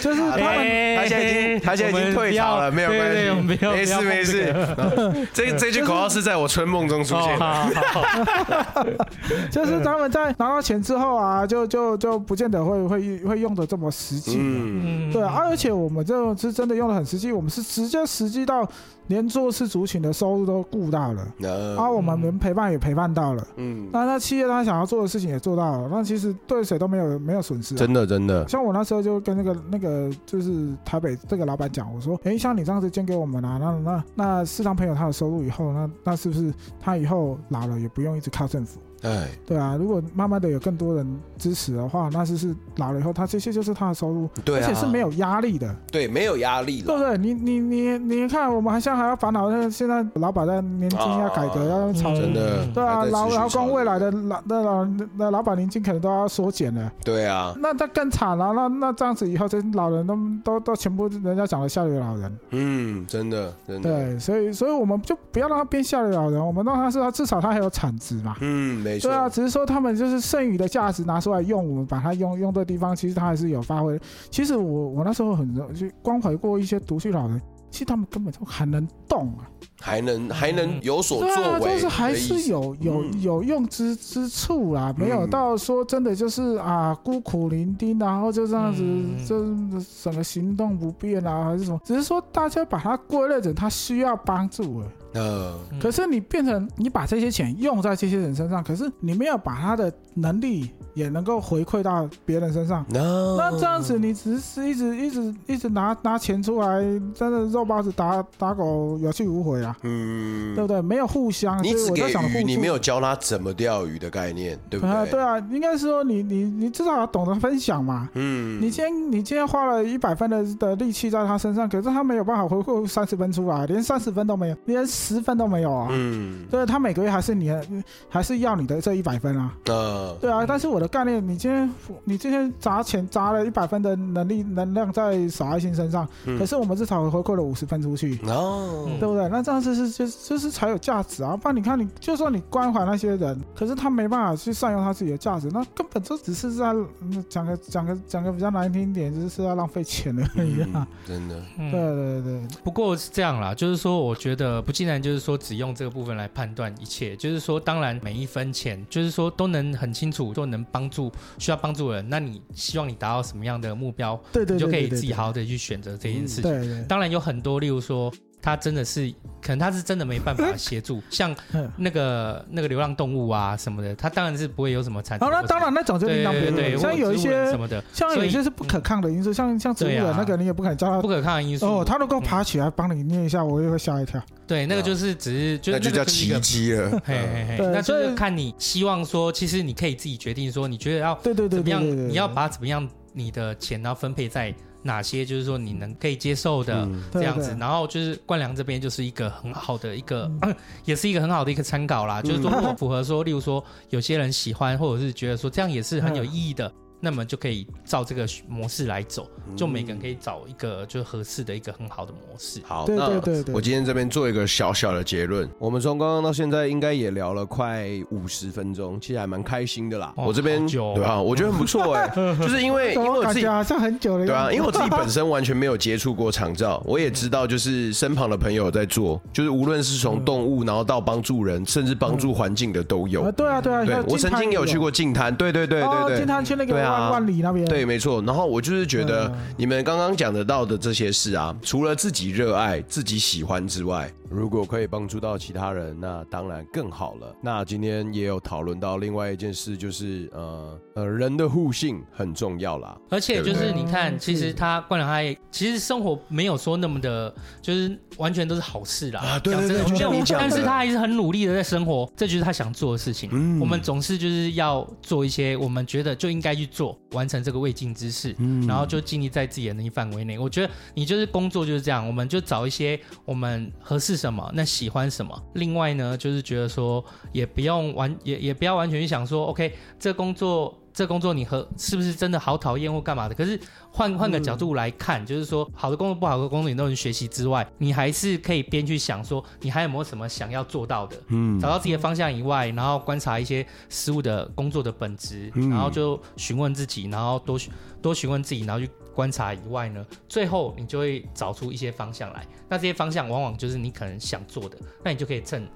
[SPEAKER 3] 就是他们。
[SPEAKER 2] 哎
[SPEAKER 4] 呃他现在已经他现在已经退潮了没有
[SPEAKER 2] 对
[SPEAKER 4] 关系
[SPEAKER 2] 对我们不要
[SPEAKER 4] 没事没事。这
[SPEAKER 2] *laughs*
[SPEAKER 4] 这句口号是在我春梦中
[SPEAKER 2] 不
[SPEAKER 4] 出
[SPEAKER 2] 要碰这
[SPEAKER 4] 现
[SPEAKER 2] 个
[SPEAKER 4] 的。
[SPEAKER 2] 哦好好好嗯
[SPEAKER 3] 就是他们在拿到钱之后啊，就就就不见得会会会用的这么实际、
[SPEAKER 4] 嗯，
[SPEAKER 2] 嗯
[SPEAKER 3] 对啊，而且我们这种是真的用的很实际，我们是直接实际到连弱势族群的收入都顾到了，啊，
[SPEAKER 4] 呃
[SPEAKER 3] 我
[SPEAKER 2] 嗯
[SPEAKER 3] 们连陪伴也陪伴到了。
[SPEAKER 4] 嗯，
[SPEAKER 3] 那那企业他想要做的事情也做到了，那其实对谁都没有没有损失、啊。
[SPEAKER 1] 真的真的，
[SPEAKER 3] 像我那时候就跟那个那个就是台北这个老板讲，我说，诶，像你这样子捐给我们啊，那那那视障朋友他有收入以后，那那是不是他以后老了也不用一直靠政府？
[SPEAKER 1] 哎，
[SPEAKER 3] 对啊，如果慢慢的有更多人支持的话，那就是老了以后他这些就是他的收入，
[SPEAKER 4] 对
[SPEAKER 3] 而且
[SPEAKER 4] 啊，
[SPEAKER 3] 是没有压力的，
[SPEAKER 4] 对没有压力
[SPEAKER 3] 对不
[SPEAKER 4] 了。
[SPEAKER 3] 对？你你你你看，我们还现在还要烦恼，那现在老板在年金要改革，
[SPEAKER 4] 啊
[SPEAKER 3] 要炒
[SPEAKER 1] 真的
[SPEAKER 3] 对啊，
[SPEAKER 4] 还在持续
[SPEAKER 3] 劳劳
[SPEAKER 4] 炒
[SPEAKER 3] 工未来的老那老那老板年金可能都要缩减了，
[SPEAKER 4] 对啊，
[SPEAKER 3] 那那更惨了。那那这样子以后，这些老人都都都全部人家讲的下流老人，
[SPEAKER 4] 嗯，真的真的，
[SPEAKER 3] 对，所以所以我们就不要让他变下流老人，我们让他是他至少他还有产值嘛。
[SPEAKER 4] 嗯，没错
[SPEAKER 3] 对，啊，只是说他们就是剩余的价值拿出来用，我们把它用用对地方，其实他还是有发挥。其实我我那时候很去关怀过一些独居老人，其实他们根本就还能动啊，
[SPEAKER 4] 还能还
[SPEAKER 1] 嗯
[SPEAKER 4] 能有所
[SPEAKER 3] 对
[SPEAKER 4] 作
[SPEAKER 3] 啊，
[SPEAKER 4] 为的
[SPEAKER 3] 就
[SPEAKER 4] 意思，
[SPEAKER 3] 是还是有有
[SPEAKER 4] 嗯
[SPEAKER 3] 有用之之处啦，没有
[SPEAKER 4] 嗯
[SPEAKER 3] 到说真的就是啊孤苦伶仃，然后就这样子
[SPEAKER 2] 嗯
[SPEAKER 3] 就是整个行动不便啊，还是什么？只是说大家把它归类成他需要帮助了。
[SPEAKER 4] 呃，
[SPEAKER 2] 嗯
[SPEAKER 3] 可是你变成你把这些钱用在这些人身上，可是你没有把他的能力也能够回馈到别人身上。
[SPEAKER 1] 那
[SPEAKER 3] 那这样子，你只是一直一直一直拿拿钱出来，真的肉包子打打狗，有去无回啊，
[SPEAKER 4] 嗯
[SPEAKER 3] 对不，对？没有互相，
[SPEAKER 4] 你
[SPEAKER 3] 所以
[SPEAKER 4] 只
[SPEAKER 3] 我
[SPEAKER 4] 给
[SPEAKER 3] 在想互
[SPEAKER 4] 鱼，
[SPEAKER 3] 助
[SPEAKER 4] 你没有教他怎么钓鱼的概念，对不
[SPEAKER 3] 啊，
[SPEAKER 4] 对？
[SPEAKER 3] 对啊，应该是说你你你至少要懂得分享嘛。
[SPEAKER 4] 嗯，
[SPEAKER 3] 你今天你今天花了一百分的的力气在他身上，可是他没有办法回馈三十分出来，连三十分都没有，连十分都没有啊。
[SPEAKER 4] 嗯，
[SPEAKER 3] 对，他每个月还是你的，还是要你的这一百分啊。
[SPEAKER 4] 呃，
[SPEAKER 3] 对啊，但是我的概念，你今天你今天砸钱砸了一百分的能力能量在小爱心身上，
[SPEAKER 4] 嗯
[SPEAKER 3] 可是我们至少回馈了五十分出去，
[SPEAKER 4] 哦，
[SPEAKER 3] 对不对？那这样子是就是就是才有价值啊！不然你看你，就算你关怀那些人，可是他没办法去善用他自己的价值，那根本就只是在嗯讲个讲个讲个比较难听一点，就是在浪费钱而已啊！
[SPEAKER 4] 嗯真的，
[SPEAKER 2] 嗯
[SPEAKER 3] 对对对对，
[SPEAKER 2] 不过是这样啦，就是说，我觉得不尽然就是说只用这个部分来判断一切，就是说，当然每一分钱，就是说都能很清楚，都能帮助需要帮助的人，那你希望你达到什么样的目标，
[SPEAKER 3] 对对
[SPEAKER 2] 你就可以
[SPEAKER 3] 对对嗯
[SPEAKER 2] 自己
[SPEAKER 3] 对
[SPEAKER 2] 好好的去选择这件事情。
[SPEAKER 3] 对对，
[SPEAKER 2] 当然有很多，例如说，他真的是可能他是真的没办法协助，像
[SPEAKER 3] 嗯
[SPEAKER 2] 那个那个流浪动物啊什么的，他当然是不会有什么产。
[SPEAKER 3] 好，那当然那种就
[SPEAKER 2] 对
[SPEAKER 3] 另当别
[SPEAKER 2] 对对，
[SPEAKER 3] 论，像
[SPEAKER 2] 或
[SPEAKER 3] 有一
[SPEAKER 2] 植物人
[SPEAKER 3] 些
[SPEAKER 2] 什么的
[SPEAKER 3] 像有一
[SPEAKER 2] 所
[SPEAKER 3] 些
[SPEAKER 2] 以
[SPEAKER 3] 是不可抗的因素，像像植物
[SPEAKER 2] 对啊
[SPEAKER 3] 人那个你也不可能叫他
[SPEAKER 2] 不可抗的因素。
[SPEAKER 3] 哦，他如啊果爬起来帮你捏一下，我也会吓一跳。
[SPEAKER 2] 对，那个就是只是就
[SPEAKER 4] 那
[SPEAKER 2] 是
[SPEAKER 4] 就
[SPEAKER 2] 那
[SPEAKER 4] 叫
[SPEAKER 2] 个就是一个
[SPEAKER 4] 奇迹了。
[SPEAKER 2] 嘿
[SPEAKER 1] 呃
[SPEAKER 2] 嘿嘿，
[SPEAKER 3] 对
[SPEAKER 2] 那就
[SPEAKER 3] 所
[SPEAKER 2] 是
[SPEAKER 3] 以
[SPEAKER 2] 看你希望说，其实你可以自己决定说，你觉得要
[SPEAKER 3] 对对
[SPEAKER 2] 怎
[SPEAKER 3] 对
[SPEAKER 2] 么
[SPEAKER 3] 对
[SPEAKER 2] 样
[SPEAKER 3] 对，对
[SPEAKER 2] 你要把怎么样你的钱，然后分配在哪些，就是说你能可以接受的
[SPEAKER 4] 嗯
[SPEAKER 2] 这样子。
[SPEAKER 3] 对嗯
[SPEAKER 2] 然后就是冠良这边就是一个很好的一个， *clears throat* 也是一个很好的一个参考啦，就是说
[SPEAKER 3] *laughs*
[SPEAKER 2] 如果符合说，例如说有些人喜欢，或者是觉得说这样也是很有
[SPEAKER 3] 嗯
[SPEAKER 2] 意义的。那么就可以照这个模式来走，就每
[SPEAKER 3] 嗯
[SPEAKER 2] 个人可以找一个就是合适的一个很好的模式。
[SPEAKER 4] 好，
[SPEAKER 3] 对
[SPEAKER 4] 那
[SPEAKER 3] 对对对
[SPEAKER 4] 我今天这边做一个小小的结论，
[SPEAKER 1] 我们从刚刚到现在应该也聊了快五十分钟，其实还蛮开心的啦。
[SPEAKER 2] 哦
[SPEAKER 1] 我这边
[SPEAKER 2] 好久哦
[SPEAKER 1] 对啊，我觉得很不错
[SPEAKER 2] *laughs*
[SPEAKER 1] 哎，就是因为因
[SPEAKER 3] 怎
[SPEAKER 1] 为
[SPEAKER 3] 么
[SPEAKER 1] 我
[SPEAKER 3] 感
[SPEAKER 1] 自己
[SPEAKER 3] 觉好像很久了？
[SPEAKER 1] 对啊，因为我自己本身完全没有接触过长
[SPEAKER 2] *laughs*
[SPEAKER 1] 照，我也知道就是身旁的朋友在做，就是无论是
[SPEAKER 2] 嗯
[SPEAKER 1] 从动物，然后到帮助人，甚至帮助环境的都有
[SPEAKER 3] 啊，。对啊对啊，
[SPEAKER 1] 对
[SPEAKER 3] 像
[SPEAKER 1] 我
[SPEAKER 3] 金
[SPEAKER 1] 曾
[SPEAKER 3] 滩
[SPEAKER 1] 经
[SPEAKER 3] 也
[SPEAKER 1] 有
[SPEAKER 3] 有
[SPEAKER 1] 去过净滩，对对对
[SPEAKER 3] 哦，
[SPEAKER 1] 对对。
[SPEAKER 3] 金滩去那个
[SPEAKER 1] 对啊
[SPEAKER 3] 万万里那边，
[SPEAKER 1] 对，没错。然后我就是觉得
[SPEAKER 3] 嗯
[SPEAKER 1] 你们刚刚讲得到的这些事啊，除了自己热爱、自己喜欢之外，如果可以帮助到其他人，那当然更好了。那今天也有讨论到另外一件事，就是呃呃，人的互信很重要啦。
[SPEAKER 2] 而且就
[SPEAKER 1] 对
[SPEAKER 2] 是
[SPEAKER 1] 不
[SPEAKER 3] 对
[SPEAKER 2] 你看，
[SPEAKER 3] 嗯
[SPEAKER 2] 其实
[SPEAKER 3] 是
[SPEAKER 2] 他灌了他也，其实生活没有说那么的，就是完全都是好事啦。
[SPEAKER 1] 啊对
[SPEAKER 2] 讲
[SPEAKER 1] 对
[SPEAKER 2] 真的
[SPEAKER 1] 对就像
[SPEAKER 2] 没有
[SPEAKER 1] 你讲的
[SPEAKER 2] 但是他还是很努力的在生活，这就是他想做的事情。
[SPEAKER 1] 嗯
[SPEAKER 2] 我们总是就是要做一些我们觉得就应该去做，完成这个未尽之事，
[SPEAKER 1] 嗯
[SPEAKER 2] 然后就尽力在自己的能力范围内。我觉得你就是工作就是这样，我们就找一些我们合适什么，那喜欢什么。另外呢，就是觉得说也不用完，也也不要完全去想说，OK，这工作这工作你和是不是真的好讨厌或干嘛的？可是换换个角度来看，就是说好的工作不好的工作你都能学习之外，你还是可以边去想说你还有没有什么想要做到的。
[SPEAKER 1] 嗯
[SPEAKER 2] 找到自己的方向以外，然后观察一些事物的工作的本质，
[SPEAKER 1] 嗯
[SPEAKER 2] 然后就询问自己，然后多询多询问自己，然后去观察以外呢，最后你就会找出一些方向来。那这些方向往往就是你可能想做的，那你就可以趁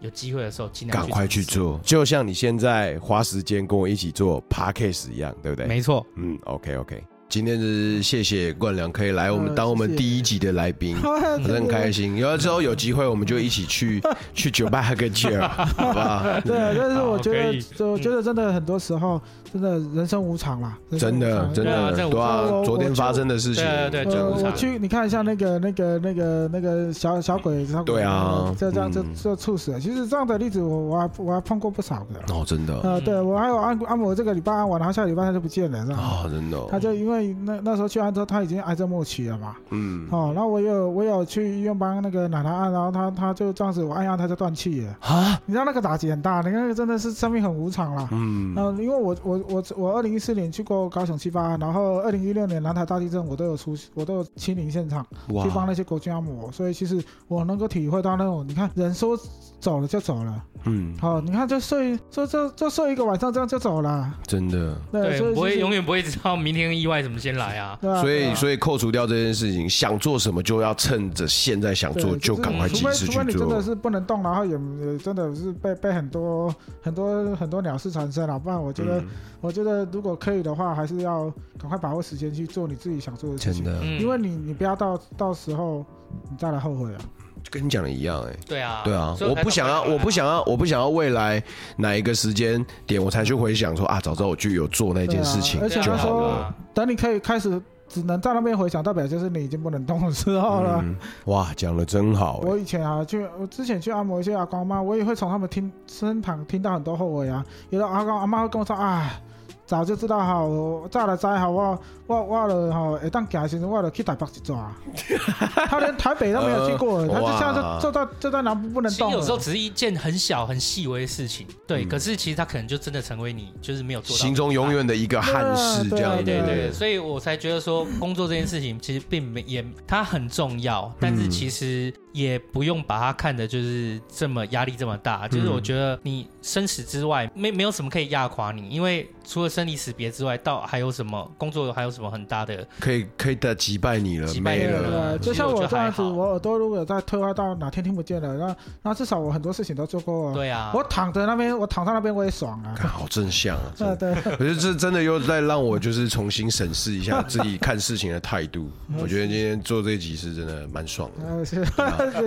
[SPEAKER 2] 有机会的时候尽量
[SPEAKER 1] 赶快去
[SPEAKER 2] 尝试。
[SPEAKER 1] 做，就像你现在花时间跟我一起做 podcast 一样，对不对？
[SPEAKER 2] 没错，
[SPEAKER 1] 嗯，OK OK，今天就是谢谢冠良可以来我们
[SPEAKER 3] 嗯
[SPEAKER 1] 当我们
[SPEAKER 3] 谢谢
[SPEAKER 1] 第一集的来宾，
[SPEAKER 3] 真
[SPEAKER 1] 我 *laughs* 很开心。有了之后有机会，我们就一起去去酒吧喝个酒，好不好？
[SPEAKER 3] *laughs* 对，啊但是
[SPEAKER 2] 好
[SPEAKER 3] 我觉
[SPEAKER 2] 可以嗯
[SPEAKER 3] 得，就我觉得真的很多时候，真的人生无常啦，人生
[SPEAKER 1] 真
[SPEAKER 3] 无
[SPEAKER 1] 的
[SPEAKER 3] 常
[SPEAKER 1] 真
[SPEAKER 2] 对啊
[SPEAKER 1] 的，
[SPEAKER 2] 这
[SPEAKER 1] 对啊
[SPEAKER 3] 我我，
[SPEAKER 1] 昨天发生的事情，
[SPEAKER 2] 对对对这
[SPEAKER 3] 呃，
[SPEAKER 2] 无常
[SPEAKER 3] 我去，你看一下那个、那个、那个、那个小小鬼，小鬼
[SPEAKER 1] 对啊
[SPEAKER 3] 这这样就
[SPEAKER 1] 嗯
[SPEAKER 3] 就猝死了。其实这样的例子我，我还我还碰过不少的。
[SPEAKER 1] 哦，真的，
[SPEAKER 3] 呃，对我还有按按摩，这个礼拜按完，然后下礼拜他就不见了，这样。
[SPEAKER 1] 哦，真的
[SPEAKER 3] 嗯他
[SPEAKER 1] 哦，
[SPEAKER 3] 就因为那那时候去按之后，他已经癌症末期了嘛。
[SPEAKER 1] 嗯，
[SPEAKER 3] 哦，那我有我有去医院帮那个奶奶按，然后他他就这样子，我按一按他就断气了。
[SPEAKER 1] 啊，
[SPEAKER 3] 你知道那个打击很大，你看那个真的是生命很无常啦。
[SPEAKER 1] 嗯，
[SPEAKER 3] 嗯，因为我我我我二零一四年去过高雄七八，然后二零一六年南台大地震我都有出，我都有亲临现场去帮那些国军按摩，所以其实我能够体会到那种，你看人说走了就走了，
[SPEAKER 1] 嗯，
[SPEAKER 3] 好、你看就睡就就就睡一个晚上，这样就走了，
[SPEAKER 1] 真的。
[SPEAKER 3] 对，
[SPEAKER 2] 对，
[SPEAKER 3] 所以
[SPEAKER 2] 不会
[SPEAKER 3] 其实
[SPEAKER 2] 永远不会知道明天意外怎么先来啊。
[SPEAKER 3] 对啊，
[SPEAKER 1] 所以，
[SPEAKER 3] 对啊
[SPEAKER 1] 所以扣除掉这件事情，想做什么就要趁着现在想做
[SPEAKER 3] 对
[SPEAKER 1] 哦就是赶快
[SPEAKER 3] 除
[SPEAKER 1] 及
[SPEAKER 3] 非
[SPEAKER 1] 时
[SPEAKER 3] 除
[SPEAKER 1] 去
[SPEAKER 3] 非你真
[SPEAKER 1] 做
[SPEAKER 3] 的。是不能动，然后也也真的是被被很多很多很多鸟事缠身了，啊不然我觉得、
[SPEAKER 1] 嗯
[SPEAKER 3] 我觉得如果可以的话，还是要赶快把握时间去做你自己想做的事
[SPEAKER 1] 真
[SPEAKER 3] 情。
[SPEAKER 1] 的，
[SPEAKER 2] 嗯
[SPEAKER 3] 因为你你不要到到时候你再来后悔啊。
[SPEAKER 1] 就跟你讲的一样，哎，
[SPEAKER 2] 对啊，
[SPEAKER 1] 对啊，
[SPEAKER 2] 所以
[SPEAKER 1] 我
[SPEAKER 2] 才
[SPEAKER 1] 不想要，
[SPEAKER 2] 赶快
[SPEAKER 1] 我不想要，我不想要未来哪一个时间点我才去回想说啊，早知道我就有做那件事情
[SPEAKER 3] 对啊而且
[SPEAKER 1] 就
[SPEAKER 3] 那时
[SPEAKER 1] 好
[SPEAKER 3] 候
[SPEAKER 1] 了。
[SPEAKER 3] 等你可以开始只能在那边回想，代表就是你已经不能动的时候了。
[SPEAKER 1] 嗯，哇，讲的真好哎
[SPEAKER 3] 我以前啊，去我之前去按摩一些阿公阿妈，我也会从他们听身旁听到很多后悔啊。有的阿公阿妈会跟我说：“啊，早就知道好，我早就知好，我我我了吼，会当行的时候，我了去台北一抓。”他连台北都没有去过，他就现在
[SPEAKER 1] 哇
[SPEAKER 3] 就就在就在南部不能
[SPEAKER 2] 其实
[SPEAKER 3] 动了。
[SPEAKER 2] 有时候只是一件很小很细微的事情，对。
[SPEAKER 1] 嗯
[SPEAKER 2] 可是其实它可能就真的成为你就是没有做到的
[SPEAKER 1] 心中
[SPEAKER 2] 遗憾
[SPEAKER 1] 永远的一个憾事，这
[SPEAKER 3] 对啊
[SPEAKER 1] 样
[SPEAKER 2] 对
[SPEAKER 1] 子
[SPEAKER 2] 对对，
[SPEAKER 1] 不
[SPEAKER 2] 所以我才觉得说工作这件事情其实并没也它很重要，
[SPEAKER 1] 嗯
[SPEAKER 2] 但是其实也不用把它看的就是这么压力这么
[SPEAKER 1] 嗯
[SPEAKER 2] 大。就是我觉得你生死之外，没没有什么可以压垮你，因为除了生离死别之外，到还有什么工作还有什么很大的
[SPEAKER 1] 可以可以的击败你了，
[SPEAKER 2] 击败
[SPEAKER 1] 没
[SPEAKER 2] 你
[SPEAKER 3] 对
[SPEAKER 2] 了啊
[SPEAKER 1] 了
[SPEAKER 3] 对，，就
[SPEAKER 2] 其实
[SPEAKER 3] 像
[SPEAKER 2] 我觉
[SPEAKER 3] 我
[SPEAKER 2] 得
[SPEAKER 3] 这
[SPEAKER 2] 还
[SPEAKER 3] 样子，
[SPEAKER 2] 好
[SPEAKER 3] 我耳朵如果再退化到哪天听不见了，那那至少我很多事情都做过
[SPEAKER 1] 哦
[SPEAKER 3] 啊。
[SPEAKER 2] 对啊，
[SPEAKER 3] 我躺在那边，我躺在那边我也爽啊。
[SPEAKER 1] 看好正向啊！真
[SPEAKER 3] *laughs* 啊，
[SPEAKER 1] 的
[SPEAKER 3] 对，
[SPEAKER 1] 可是这真的又在让我就是重新审视一下自己看事情的态
[SPEAKER 3] *laughs*
[SPEAKER 1] 度。我觉得今天做这集是真的蛮爽的，
[SPEAKER 3] 呃，是，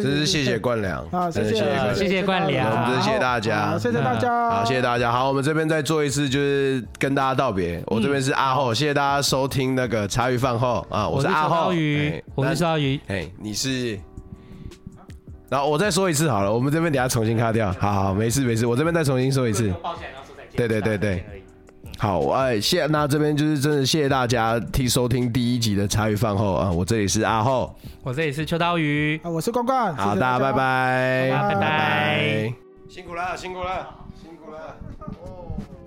[SPEAKER 1] 真是谢谢冠良，
[SPEAKER 3] 啊，
[SPEAKER 1] 真
[SPEAKER 3] 谢
[SPEAKER 1] 的
[SPEAKER 3] 谢
[SPEAKER 1] 谢冠良
[SPEAKER 2] 啊谢。谢冠良
[SPEAKER 1] 我们真的谢谢大家嗯
[SPEAKER 3] 好谢谢大家，
[SPEAKER 1] 好，谢谢大家。好，我们这边再做一次，就是跟大家道别。我这边是阿厚，谢谢大家收听那个茶余饭后啊，
[SPEAKER 2] 我
[SPEAKER 1] 是阿
[SPEAKER 2] 小
[SPEAKER 1] 厚
[SPEAKER 2] 刀。鱼
[SPEAKER 1] 哎，
[SPEAKER 2] 我是小刀鱼，
[SPEAKER 1] 那哎，你是。然后我再说一次好了，我们这边等下重新卡掉。好好，没事没事，我这边再重新说一次。
[SPEAKER 2] 抱起来然后说再见
[SPEAKER 1] 对对对对。好，哎，谢，那这边就是真的谢谢大家听收听第一集的茶余饭后啊，我这里是阿厚，
[SPEAKER 2] 我这里是秋刀鱼，
[SPEAKER 3] 啊，我是冠冠，
[SPEAKER 1] 好，
[SPEAKER 3] 谢谢
[SPEAKER 1] 大家拜拜，
[SPEAKER 3] 拜拜拜
[SPEAKER 2] 拜。
[SPEAKER 1] 辛苦了，辛苦了，辛苦了。哦